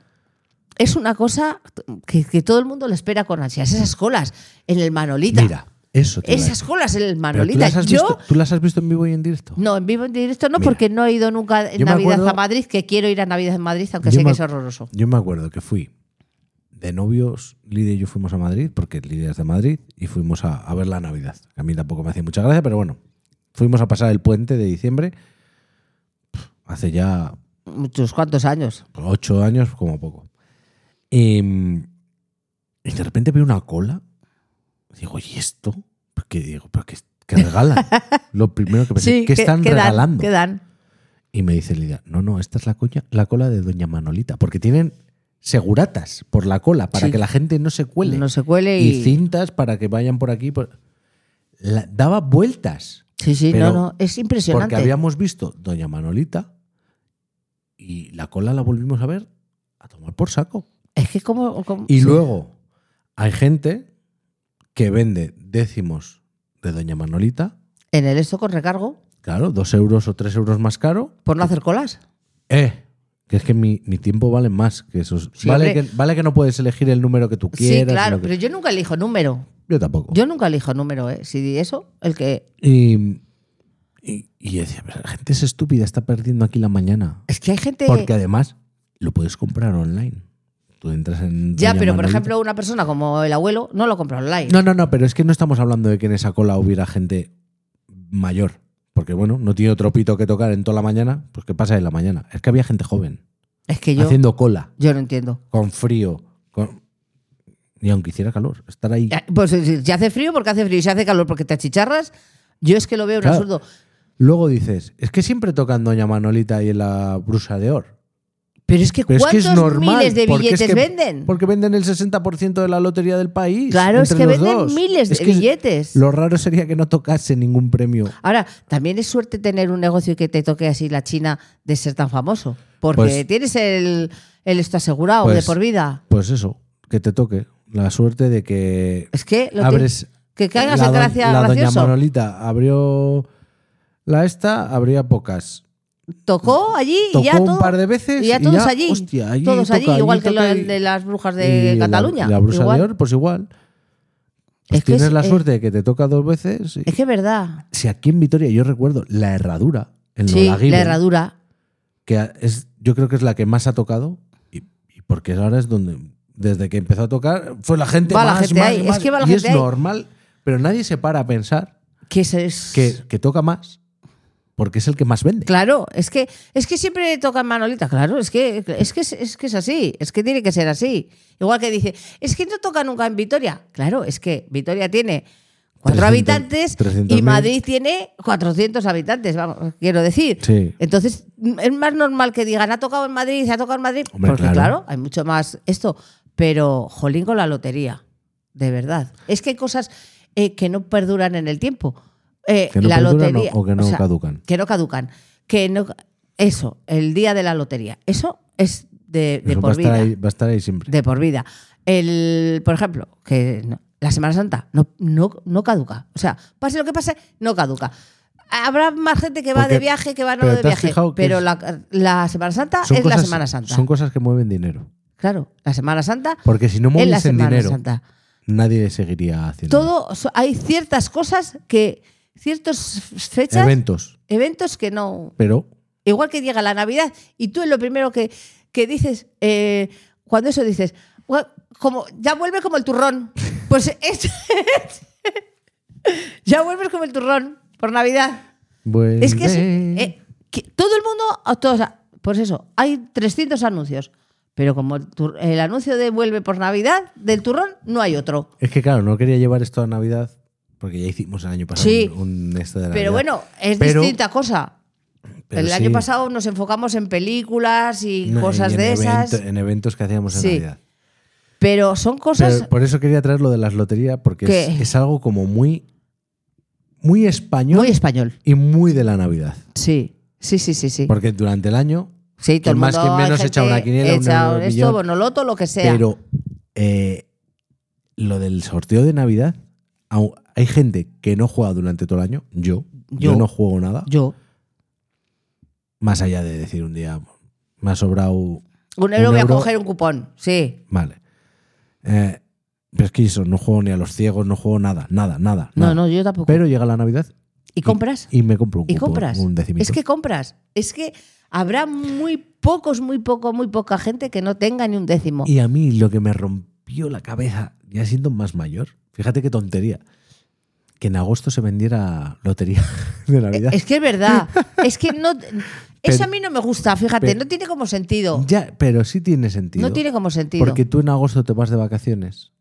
[SPEAKER 1] es una cosa que, que todo el mundo le espera con ansias. Esas colas en el Manolita.
[SPEAKER 2] Mira, eso te iba a
[SPEAKER 1] Esas colas en
[SPEAKER 2] Pero
[SPEAKER 1] el
[SPEAKER 2] ¿tú
[SPEAKER 1] Manolita.
[SPEAKER 2] las,
[SPEAKER 1] Yo.
[SPEAKER 2] has visto, ¿Tú las has visto en vivo y en directo?
[SPEAKER 1] No, en vivo en directo no,
[SPEAKER 2] Mira.
[SPEAKER 1] porque no he ido nunca en
[SPEAKER 2] Yo me
[SPEAKER 1] Navidad
[SPEAKER 2] acuerdo-
[SPEAKER 1] a Madrid, que quiero ir a Navidad en Madrid, aunque
[SPEAKER 2] Yo
[SPEAKER 1] sé
[SPEAKER 2] me-
[SPEAKER 1] que es horroroso.
[SPEAKER 2] Yo me acuerdo que fui de novios, Lidia y yo fuimos a Madrid, porque Lidia es de Madrid, y fuimos a, a ver la Navidad. A mí tampoco me hacía mucha gracia, pero bueno, fuimos a pasar el puente de diciembre pf, hace ya
[SPEAKER 1] Muchos cuantos años.
[SPEAKER 2] ocho años, como poco. Y, mm, y de repente veo una cola. Digo, ¿y esto? ¿Qué digo? ¿Pero qué, qué regalan? Lo primero que pensé, ¿qué
[SPEAKER 1] que-
[SPEAKER 2] están
[SPEAKER 1] que dan,
[SPEAKER 2] regalando?
[SPEAKER 1] que dan.
[SPEAKER 2] Y me dice Lidia, no, no, esta es la, coña- la cola de Doña Manolita, porque tienen seguratas por la cola para
[SPEAKER 1] Sí.
[SPEAKER 2] que la gente no se cuele.
[SPEAKER 1] No se cuele
[SPEAKER 2] y...
[SPEAKER 1] y-
[SPEAKER 2] cintas para que vayan por aquí. por- La- daba vueltas,
[SPEAKER 1] Sí, sí,
[SPEAKER 2] Pero-
[SPEAKER 1] no, no. Es
[SPEAKER 2] porque
[SPEAKER 1] impresionante.
[SPEAKER 2] habíamos visto Doña Manolita y la cola la volvimos a ver a tomar por saco.
[SPEAKER 1] Es que como. como-
[SPEAKER 2] Y
[SPEAKER 1] sí.
[SPEAKER 2] luego hay gente que vende décimos de Doña Manolita,
[SPEAKER 1] En el esto con recargo,
[SPEAKER 2] claro, dos euros o tres euros más caro,
[SPEAKER 1] por no hacer colas.
[SPEAKER 2] Eh, que es que mi, mi tiempo vale más que esos.
[SPEAKER 1] Sí,
[SPEAKER 2] vale,
[SPEAKER 1] hombre.
[SPEAKER 2] que, vale que no puedes elegir el número que tú quieras.
[SPEAKER 1] Sí, claro,
[SPEAKER 2] lo que-
[SPEAKER 1] pero yo nunca elijo número.
[SPEAKER 2] Yo tampoco.
[SPEAKER 1] Yo nunca elijo número, ¿eh? Si di eso, el que.
[SPEAKER 2] Y, y, y yo decía, pero la gente es estúpida, está perdiendo aquí la mañana.
[SPEAKER 1] Es que hay gente.
[SPEAKER 2] Porque además lo puedes comprar online. Tú entras en.
[SPEAKER 1] ya,
[SPEAKER 2] Doña
[SPEAKER 1] pero por
[SPEAKER 2] Manolita.
[SPEAKER 1] ejemplo, una persona como el abuelo no lo compra online.
[SPEAKER 2] No, no, no, pero es que no estamos hablando de que en esa cola hubiera gente mayor. Porque bueno, no tiene otro pito que tocar en toda la mañana. Pues ¿qué pasa en la mañana? Es que había gente joven
[SPEAKER 1] es que yo,
[SPEAKER 2] haciendo cola.
[SPEAKER 1] yo no entiendo.
[SPEAKER 2] con frío, con... y aunque hiciera calor, estar ahí.
[SPEAKER 1] Ya, Pues si si hace frío, porque hace frío. Y si hace calor, porque te achicharras. Yo es que lo veo un
[SPEAKER 2] Claro.
[SPEAKER 1] absurdo.
[SPEAKER 2] Luego dices, es que siempre tocan Doña Manolita y en la brusa de Or.
[SPEAKER 1] Pero es que
[SPEAKER 2] Pero es que
[SPEAKER 1] ¿cuántos
[SPEAKER 2] es normal.
[SPEAKER 1] miles de
[SPEAKER 2] porque es
[SPEAKER 1] billetes
[SPEAKER 2] que-
[SPEAKER 1] venden?
[SPEAKER 2] Porque venden el 60% de la lotería del país.
[SPEAKER 1] Claro, es
[SPEAKER 2] entre
[SPEAKER 1] que
[SPEAKER 2] los
[SPEAKER 1] venden
[SPEAKER 2] dos.
[SPEAKER 1] miles de
[SPEAKER 2] Es que es-
[SPEAKER 1] billetes.
[SPEAKER 2] Lo raro sería que no tocase ningún premio.
[SPEAKER 1] Ahora, también es suerte tener un negocio y que te toque así la China de ser tan famoso. Porque
[SPEAKER 2] Pues-
[SPEAKER 1] tienes el, el esto asegurado de
[SPEAKER 2] Pues-
[SPEAKER 1] por vida.
[SPEAKER 2] Pues eso, que te toque. La suerte de que
[SPEAKER 1] Es que lo
[SPEAKER 2] abres.
[SPEAKER 1] que caigas
[SPEAKER 2] la
[SPEAKER 1] en
[SPEAKER 2] do-
[SPEAKER 1] gracia
[SPEAKER 2] La Doña
[SPEAKER 1] gracioso.
[SPEAKER 2] Manolita abrió la esta, abría pocas.
[SPEAKER 1] Tocó allí y
[SPEAKER 2] Tocó
[SPEAKER 1] ya todo,
[SPEAKER 2] un par de veces.
[SPEAKER 1] y ya
[SPEAKER 2] y
[SPEAKER 1] todos
[SPEAKER 2] ya,
[SPEAKER 1] allí.
[SPEAKER 2] hostia, allí
[SPEAKER 1] todos allí,
[SPEAKER 2] toca, allí
[SPEAKER 1] igual que
[SPEAKER 2] toca
[SPEAKER 1] la-
[SPEAKER 2] y-
[SPEAKER 1] de las brujas
[SPEAKER 2] Y
[SPEAKER 1] de
[SPEAKER 2] la-
[SPEAKER 1] Cataluña.
[SPEAKER 2] La, brusa
[SPEAKER 1] igual.
[SPEAKER 2] de Or, pues igual. Pues
[SPEAKER 1] es que
[SPEAKER 2] tienes
[SPEAKER 1] es,
[SPEAKER 2] la
[SPEAKER 1] eh,
[SPEAKER 2] suerte de que te toca dos veces. y-
[SPEAKER 1] Es que es verdad.
[SPEAKER 2] Si aquí en Vitoria yo recuerdo la herradura, en
[SPEAKER 1] Sí,
[SPEAKER 2] Olaguibel,
[SPEAKER 1] la herradura.
[SPEAKER 2] que a- es, yo creo que es la que más ha tocado, y, y porque ahora es donde, desde que empezó a tocar, fue la gente
[SPEAKER 1] Va la
[SPEAKER 2] más,
[SPEAKER 1] gente
[SPEAKER 2] más,
[SPEAKER 1] ahí, es
[SPEAKER 2] más,
[SPEAKER 1] que va la
[SPEAKER 2] y
[SPEAKER 1] gente
[SPEAKER 2] es
[SPEAKER 1] ahí.
[SPEAKER 2] normal, pero nadie se para a pensar
[SPEAKER 1] Que es, es-
[SPEAKER 2] que, que toca más porque es el que más vende.
[SPEAKER 1] Claro, es que, es que siempre tocan Manolita, claro, es que, es que es, es que es así, es que tiene que ser así. Igual que dice, es que no toca nunca en Vitoria. Claro, es que Vitoria tiene cuatro
[SPEAKER 2] 300,
[SPEAKER 1] habitantes
[SPEAKER 2] 300.000.
[SPEAKER 1] y Madrid tiene 400 habitantes, vamos, quiero decir.
[SPEAKER 2] Sí.
[SPEAKER 1] Entonces, es más normal que digan, ha tocado en Madrid, se ha tocado en Madrid,
[SPEAKER 2] Hombre,
[SPEAKER 1] porque
[SPEAKER 2] claro.
[SPEAKER 1] claro. hay mucho más esto. Pero, jolín con la lotería, de verdad. Es que hay cosas eh, que no perduran en el tiempo. Eh,
[SPEAKER 2] Que no
[SPEAKER 1] la
[SPEAKER 2] perduran
[SPEAKER 1] lotería,
[SPEAKER 2] o que no
[SPEAKER 1] sea,
[SPEAKER 2] caducan.
[SPEAKER 1] que no caducan. Que no, eso, el día de la lotería. Eso es de, de
[SPEAKER 2] Eso va, a
[SPEAKER 1] por
[SPEAKER 2] estar
[SPEAKER 1] vida.
[SPEAKER 2] ahí, va a estar ahí siempre.
[SPEAKER 1] De por vida. El, por ejemplo, que no- la Semana Santa no, no, no caduca. O sea, pase lo que pase, no caduca. Habrá más gente que va
[SPEAKER 2] Porque-
[SPEAKER 1] de viaje que va no
[SPEAKER 2] pero
[SPEAKER 1] de
[SPEAKER 2] te has
[SPEAKER 1] viaje.
[SPEAKER 2] fijado que
[SPEAKER 1] Pero
[SPEAKER 2] es-
[SPEAKER 1] la, la Semana Santa es Ah, la Semana Santa.
[SPEAKER 2] Son cosas que mueven dinero.
[SPEAKER 1] Claro, la Semana Santa
[SPEAKER 2] Porque si no
[SPEAKER 1] es la
[SPEAKER 2] moviesen
[SPEAKER 1] Semana
[SPEAKER 2] dinero,
[SPEAKER 1] Santa.
[SPEAKER 2] nadie seguiría haciendo
[SPEAKER 1] Todo, so- hay ciertas cosas que, ciertas fechas,
[SPEAKER 2] eventos.
[SPEAKER 1] eventos que no,
[SPEAKER 2] Pero
[SPEAKER 1] Igual que llega la Navidad y tú es lo primero que, que dices, eh, cuando eso dices, "Gua- como, ya vuelve como el turrón. Pues es- ya vuelves como el turrón por Navidad.
[SPEAKER 2] pues,
[SPEAKER 1] Es que, es-
[SPEAKER 2] vuelve.
[SPEAKER 1] eh, que todo el mundo, a todos, a- pues eso, hay 300 anuncios. Pero como el, tur- el anuncio de vuelve por Navidad del turrón, no hay otro.
[SPEAKER 2] Es que claro, no quería llevar esto a Navidad porque ya hicimos el año pasado
[SPEAKER 1] Sí.
[SPEAKER 2] un, un esto de Navidad.
[SPEAKER 1] Pero bueno, es
[SPEAKER 2] Pero-
[SPEAKER 1] distinta cosa.
[SPEAKER 2] Pero
[SPEAKER 1] el
[SPEAKER 2] sí,
[SPEAKER 1] año pasado nos enfocamos en películas y
[SPEAKER 2] no, y
[SPEAKER 1] cosas
[SPEAKER 2] en
[SPEAKER 1] de
[SPEAKER 2] evento-
[SPEAKER 1] esas,
[SPEAKER 2] en eventos que hacíamos en
[SPEAKER 1] Sí.
[SPEAKER 2] Navidad.
[SPEAKER 1] pero son
[SPEAKER 2] Pero
[SPEAKER 1] cosas...
[SPEAKER 2] por eso quería traer lo de las loterías porque es,
[SPEAKER 1] ¿Qué?
[SPEAKER 2] es algo como muy muy español
[SPEAKER 1] Muy español.
[SPEAKER 2] y muy de la Navidad.
[SPEAKER 1] Sí, sí, sí, sí. sí.
[SPEAKER 2] Porque durante el año,
[SPEAKER 1] sí, todo
[SPEAKER 2] quien
[SPEAKER 1] el
[SPEAKER 2] más,
[SPEAKER 1] mundo,
[SPEAKER 2] quien
[SPEAKER 1] hay
[SPEAKER 2] menos
[SPEAKER 1] gente
[SPEAKER 2] echa una quiniela, un
[SPEAKER 1] echa
[SPEAKER 2] euro,
[SPEAKER 1] esto,
[SPEAKER 2] millón.
[SPEAKER 1] bonoloto, lo que sea.
[SPEAKER 2] pero eh, lo del sorteo de Navidad, au- hay gente que no juega durante todo el año. Yo, yo,
[SPEAKER 1] Yo.
[SPEAKER 2] no juego nada.
[SPEAKER 1] yo,
[SPEAKER 2] Más allá de decir un día, me ha sobrado
[SPEAKER 1] un euro
[SPEAKER 2] Un
[SPEAKER 1] voy a
[SPEAKER 2] euro.
[SPEAKER 1] coger un cupón. Sí,
[SPEAKER 2] Vale. Eh, pero es que eso, no juego ni a los ciegos, no juego nada, nada, nada.
[SPEAKER 1] no,
[SPEAKER 2] nada.
[SPEAKER 1] no, yo tampoco.
[SPEAKER 2] Pero llega la Navidad
[SPEAKER 1] ¿Y compras?
[SPEAKER 2] y me compro un
[SPEAKER 1] ¿Y
[SPEAKER 2] cupón,
[SPEAKER 1] compras?
[SPEAKER 2] un decimito.
[SPEAKER 1] Es que compras. Es que habrá muy pocos, muy poco, muy poca gente que no tenga ni un décimo.
[SPEAKER 2] Y a mí lo que me rompió la cabeza, ya siendo más mayor, fíjate qué tontería, que en agosto se vendiera lotería de Navidad.
[SPEAKER 1] Es que es verdad. es que no. Eso a mí no me gusta, fíjate.
[SPEAKER 2] pero-
[SPEAKER 1] no tiene como sentido.
[SPEAKER 2] Ya, pero sí tiene sentido.
[SPEAKER 1] No tiene como sentido.
[SPEAKER 2] Porque tú en agosto te vas de vacaciones.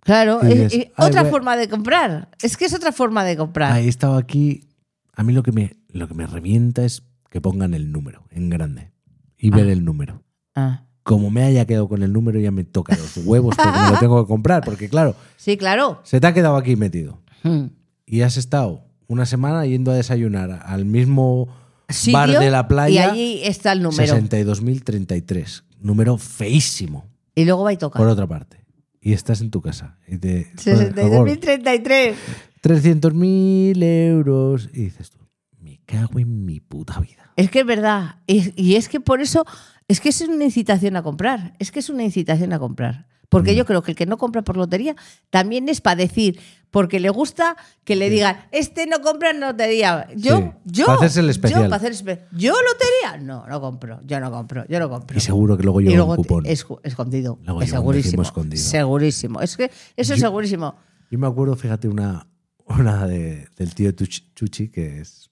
[SPEAKER 1] claro,
[SPEAKER 2] y
[SPEAKER 1] es-
[SPEAKER 2] dices,
[SPEAKER 1] y
[SPEAKER 2] "Ay,
[SPEAKER 1] otra
[SPEAKER 2] voy a-".
[SPEAKER 1] forma de comprar. Es que es otra forma de comprar.
[SPEAKER 2] Ahí estaba aquí. A mí lo que me, lo que me revienta es que pongan el número en grande y ver
[SPEAKER 1] Ah.
[SPEAKER 2] el número.
[SPEAKER 1] Ah.
[SPEAKER 2] como me haya quedado con el número, ya me toca los huevos porque me lo tengo que comprar. Porque, claro,
[SPEAKER 1] Sí, claro.
[SPEAKER 2] se te ha quedado aquí metido.
[SPEAKER 1] Hmm.
[SPEAKER 2] Y has estado una semana yendo a desayunar al mismo
[SPEAKER 1] Sitio,
[SPEAKER 2] bar de la
[SPEAKER 1] Y
[SPEAKER 2] playa.
[SPEAKER 1] allí está el número.
[SPEAKER 2] 62.033. Número feísimo,
[SPEAKER 1] Y luego va y toca.
[SPEAKER 2] por otra parte. Y estás en tu casa. Y te. joder,
[SPEAKER 1] 62.033.
[SPEAKER 2] 300.000 euros. Y dices tú, me cago en mi puta vida.
[SPEAKER 1] Es que es verdad. Y, y es que por eso, es que es una incitación a comprar. Es que es una incitación a comprar. Porque
[SPEAKER 2] Hmm.
[SPEAKER 1] yo creo que el que no compra por lotería también es para decir, porque le gusta que le digan, este no compra en lotería. Yo,
[SPEAKER 2] Sí,
[SPEAKER 1] yo.
[SPEAKER 2] para hacerse el especial.
[SPEAKER 1] Yo, para hacer espe- ¿Yo lotería. No, no compro. Yo no compro. Yo no compro.
[SPEAKER 2] Y seguro que luego
[SPEAKER 1] Y
[SPEAKER 2] lleva
[SPEAKER 1] luego
[SPEAKER 2] un
[SPEAKER 1] te-
[SPEAKER 2] cupón.
[SPEAKER 1] es- escondido.
[SPEAKER 2] Luego
[SPEAKER 1] es
[SPEAKER 2] lleva un décimo
[SPEAKER 1] segurísimo.
[SPEAKER 2] escondido.
[SPEAKER 1] Segurísimo. Es que eso es
[SPEAKER 2] Yo-
[SPEAKER 1] segurísimo.
[SPEAKER 2] Yo me acuerdo, fíjate, una, una de- del tío Tuch- Chuchi, que es,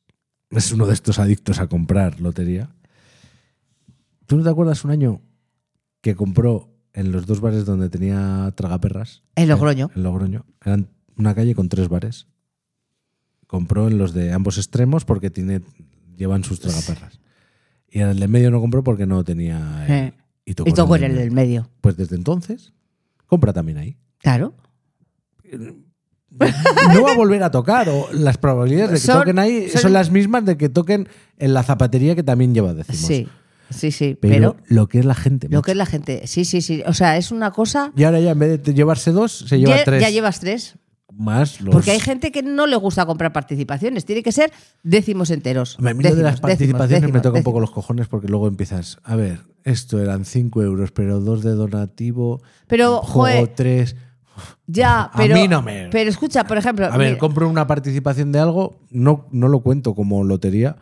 [SPEAKER 2] es uno de estos adictos a comprar lotería. ¿Tú no te acuerdas un año que compró en los dos bares donde tenía tragaperras?
[SPEAKER 1] En Logroño.
[SPEAKER 2] En Eh, Logroño. Eran una calle con tres bares. Compró en los de ambos extremos porque tiene, llevan sus tragaperras. Y en el de en medio no compró porque no tenía... el-
[SPEAKER 1] Eh.
[SPEAKER 2] y tocó
[SPEAKER 1] Y tocó en el
[SPEAKER 2] medio.
[SPEAKER 1] del medio.
[SPEAKER 2] Pues desde entonces, compra también ahí.
[SPEAKER 1] Claro.
[SPEAKER 2] no va a volver a tocar. O las probabilidades de que
[SPEAKER 1] Son-
[SPEAKER 2] toquen ahí son,
[SPEAKER 1] son-
[SPEAKER 2] las mismas de que toquen en la zapatería que también lleva decimos.
[SPEAKER 1] Sí, sí, sí.
[SPEAKER 2] Pero,
[SPEAKER 1] Pero,
[SPEAKER 2] lo que es la gente.
[SPEAKER 1] lo
[SPEAKER 2] macho.
[SPEAKER 1] que es la gente, sí, sí, sí. O sea, es una cosa.
[SPEAKER 2] Y ahora ya en vez de llevarse dos, se lleva
[SPEAKER 1] Ya,
[SPEAKER 2] tres.
[SPEAKER 1] ya llevas tres.
[SPEAKER 2] Más los...
[SPEAKER 1] Porque hay gente que no le gusta comprar participaciones. Tiene que ser décimos enteros.
[SPEAKER 2] A mí lo de
[SPEAKER 1] Décimos,
[SPEAKER 2] las participaciones
[SPEAKER 1] décimos,
[SPEAKER 2] me toca un
[SPEAKER 1] décimos.
[SPEAKER 2] poco los cojones porque luego empiezas. A ver, esto eran 5 euros, pero dos de donativo.
[SPEAKER 1] Pero,
[SPEAKER 2] juego
[SPEAKER 1] joder.
[SPEAKER 2] tres.
[SPEAKER 1] Ya,
[SPEAKER 2] A
[SPEAKER 1] pero.
[SPEAKER 2] mí no me-
[SPEAKER 1] Pero escucha, por ejemplo.
[SPEAKER 2] A ver,
[SPEAKER 1] mira,
[SPEAKER 2] compro una participación de algo, no, no lo cuento como lotería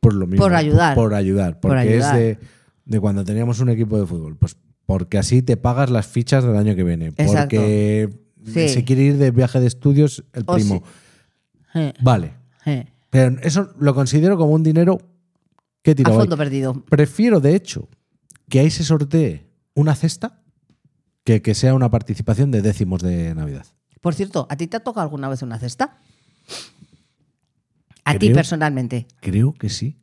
[SPEAKER 2] por lo mismo.
[SPEAKER 1] Por ayudar.
[SPEAKER 2] Por, por ayudar.
[SPEAKER 1] Por
[SPEAKER 2] Porque
[SPEAKER 1] ayudar.
[SPEAKER 2] es de, de cuando teníamos un equipo de fútbol. Pues porque así te pagas las fichas del año que viene.
[SPEAKER 1] Exacto.
[SPEAKER 2] Porque
[SPEAKER 1] Sí.
[SPEAKER 2] se quiere ir de viaje de estudios el
[SPEAKER 1] O
[SPEAKER 2] primo.
[SPEAKER 1] si- eh,
[SPEAKER 2] Vale.
[SPEAKER 1] eh.
[SPEAKER 2] Pero eso lo considero como un dinero que he
[SPEAKER 1] A
[SPEAKER 2] tirado ahí.
[SPEAKER 1] fondo perdido.
[SPEAKER 2] Prefiero, de hecho, que ahí se sortee una cesta que que sea una participación de décimos de Navidad.
[SPEAKER 1] Por cierto, ¿a ti te ha tocado alguna vez una cesta? A ti
[SPEAKER 2] Creo.
[SPEAKER 1] personalmente.
[SPEAKER 2] Creo que sí.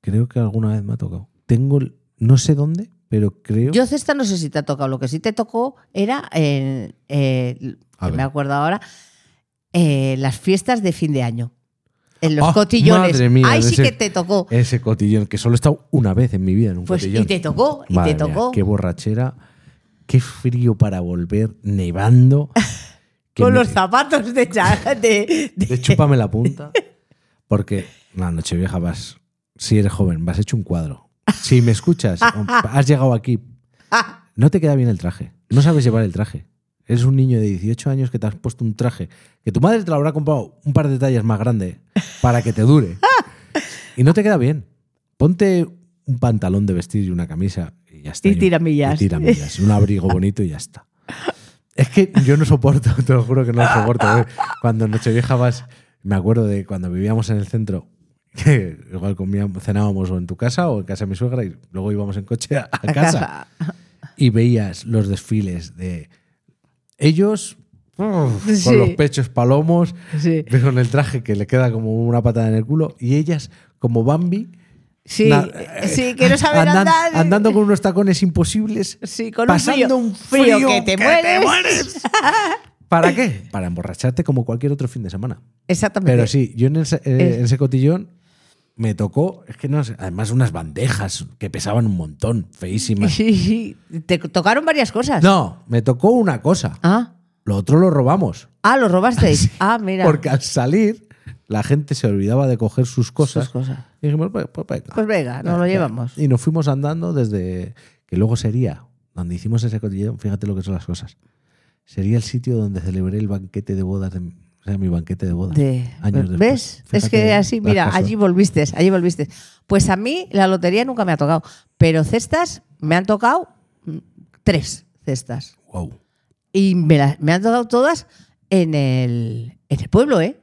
[SPEAKER 2] Creo que alguna vez me ha tocado. Tengo, el- no sé dónde, pero creo.
[SPEAKER 1] Yo cesta no sé si te ha tocado. Lo que sí te tocó era, eh, eh,
[SPEAKER 2] A
[SPEAKER 1] que
[SPEAKER 2] ver.
[SPEAKER 1] me acuerdo ahora, eh, las fiestas de fin de año. En los
[SPEAKER 2] Ah,
[SPEAKER 1] cotillones.
[SPEAKER 2] madre mía,
[SPEAKER 1] Ahí
[SPEAKER 2] de
[SPEAKER 1] sí
[SPEAKER 2] ese-
[SPEAKER 1] que te tocó.
[SPEAKER 2] Ese cotillón, que solo he estado una vez en mi vida en un
[SPEAKER 1] Pues,
[SPEAKER 2] cotillón.
[SPEAKER 1] y te tocó, y
[SPEAKER 2] Madre
[SPEAKER 1] te
[SPEAKER 2] mía,
[SPEAKER 1] tocó.
[SPEAKER 2] qué borrachera, qué frío para volver nevando. que
[SPEAKER 1] Con
[SPEAKER 2] me-
[SPEAKER 1] los zapatos de, cha- de- de-
[SPEAKER 2] de chúpame la punta. Porque la noche vieja vas, si eres joven, vas hecho un cuadro. Si me escuchas, has llegado aquí, no te queda bien el traje. No sabes llevar el traje. Eres un niño de 18 años que te has puesto un traje que tu madre te lo habrá comprado un par de tallas más grande para que te dure. Y no te queda bien. Ponte un pantalón de vestir y una camisa y ya está.
[SPEAKER 1] Y tiramillas.
[SPEAKER 2] Y tiramillas. Un abrigo bonito y ya está. Es que yo no soporto, te lo juro que no lo soporto. güey. Cuando en Nochevieja vas, me acuerdo de cuando vivíamos en el centro, que igual comíamos, cenábamos o en tu casa o en casa de mi suegra y luego íbamos en coche a, a
[SPEAKER 1] la
[SPEAKER 2] casa y veías los desfiles de ellos uf, con
[SPEAKER 1] Sí.
[SPEAKER 2] los pechos palomos,
[SPEAKER 1] Sí.
[SPEAKER 2] con el traje que le queda como una patada en el culo, y ellas como Bambi.
[SPEAKER 1] Sí, eh,
[SPEAKER 2] na- eh,
[SPEAKER 1] sí, que no saben
[SPEAKER 2] andan-
[SPEAKER 1] andar.
[SPEAKER 2] Andando con unos tacones imposibles.
[SPEAKER 1] Sí, con un
[SPEAKER 2] pasando
[SPEAKER 1] frío,
[SPEAKER 2] un
[SPEAKER 1] frío
[SPEAKER 2] frío,
[SPEAKER 1] que te mueres.
[SPEAKER 2] ¿Para qué? Para emborracharte como cualquier otro fin de semana.
[SPEAKER 1] Exactamente.
[SPEAKER 2] Pero sí, yo en ese, eh,
[SPEAKER 1] Es-
[SPEAKER 2] en ese cotillón me tocó, es que no sé, además unas bandejas que pesaban un montón, feísimas.
[SPEAKER 1] Sí, sí. Te tocaron varias cosas.
[SPEAKER 2] No, me tocó una cosa.
[SPEAKER 1] Ah,
[SPEAKER 2] Lo otro lo robamos.
[SPEAKER 1] ah, lo robasteis. Ah, mira.
[SPEAKER 2] Porque al salir, la gente se olvidaba de coger sus cosas.
[SPEAKER 1] Sus cosas.
[SPEAKER 2] Y dijimos, pues, pues venga.
[SPEAKER 1] Pues venga, nos lo llevamos.
[SPEAKER 2] Y nos fuimos andando desde. que luego sería, donde hicimos ese cotillón, fíjate lo que son las cosas. Sería el sitio donde celebré el banquete de bodas, de, o sea, mi banquete de bodas.
[SPEAKER 1] De-
[SPEAKER 2] años después.
[SPEAKER 1] ¿Ves? es
[SPEAKER 2] Fíjate
[SPEAKER 1] que así,
[SPEAKER 2] las
[SPEAKER 1] mira,
[SPEAKER 2] cosas.
[SPEAKER 1] allí volviste, allí volviste. Pues a mí la lotería nunca me ha tocado, pero cestas me han tocado mm, tres cestas.
[SPEAKER 2] Wow.
[SPEAKER 1] Y me, las- me han tocado todas en el, en el pueblo, ¿eh?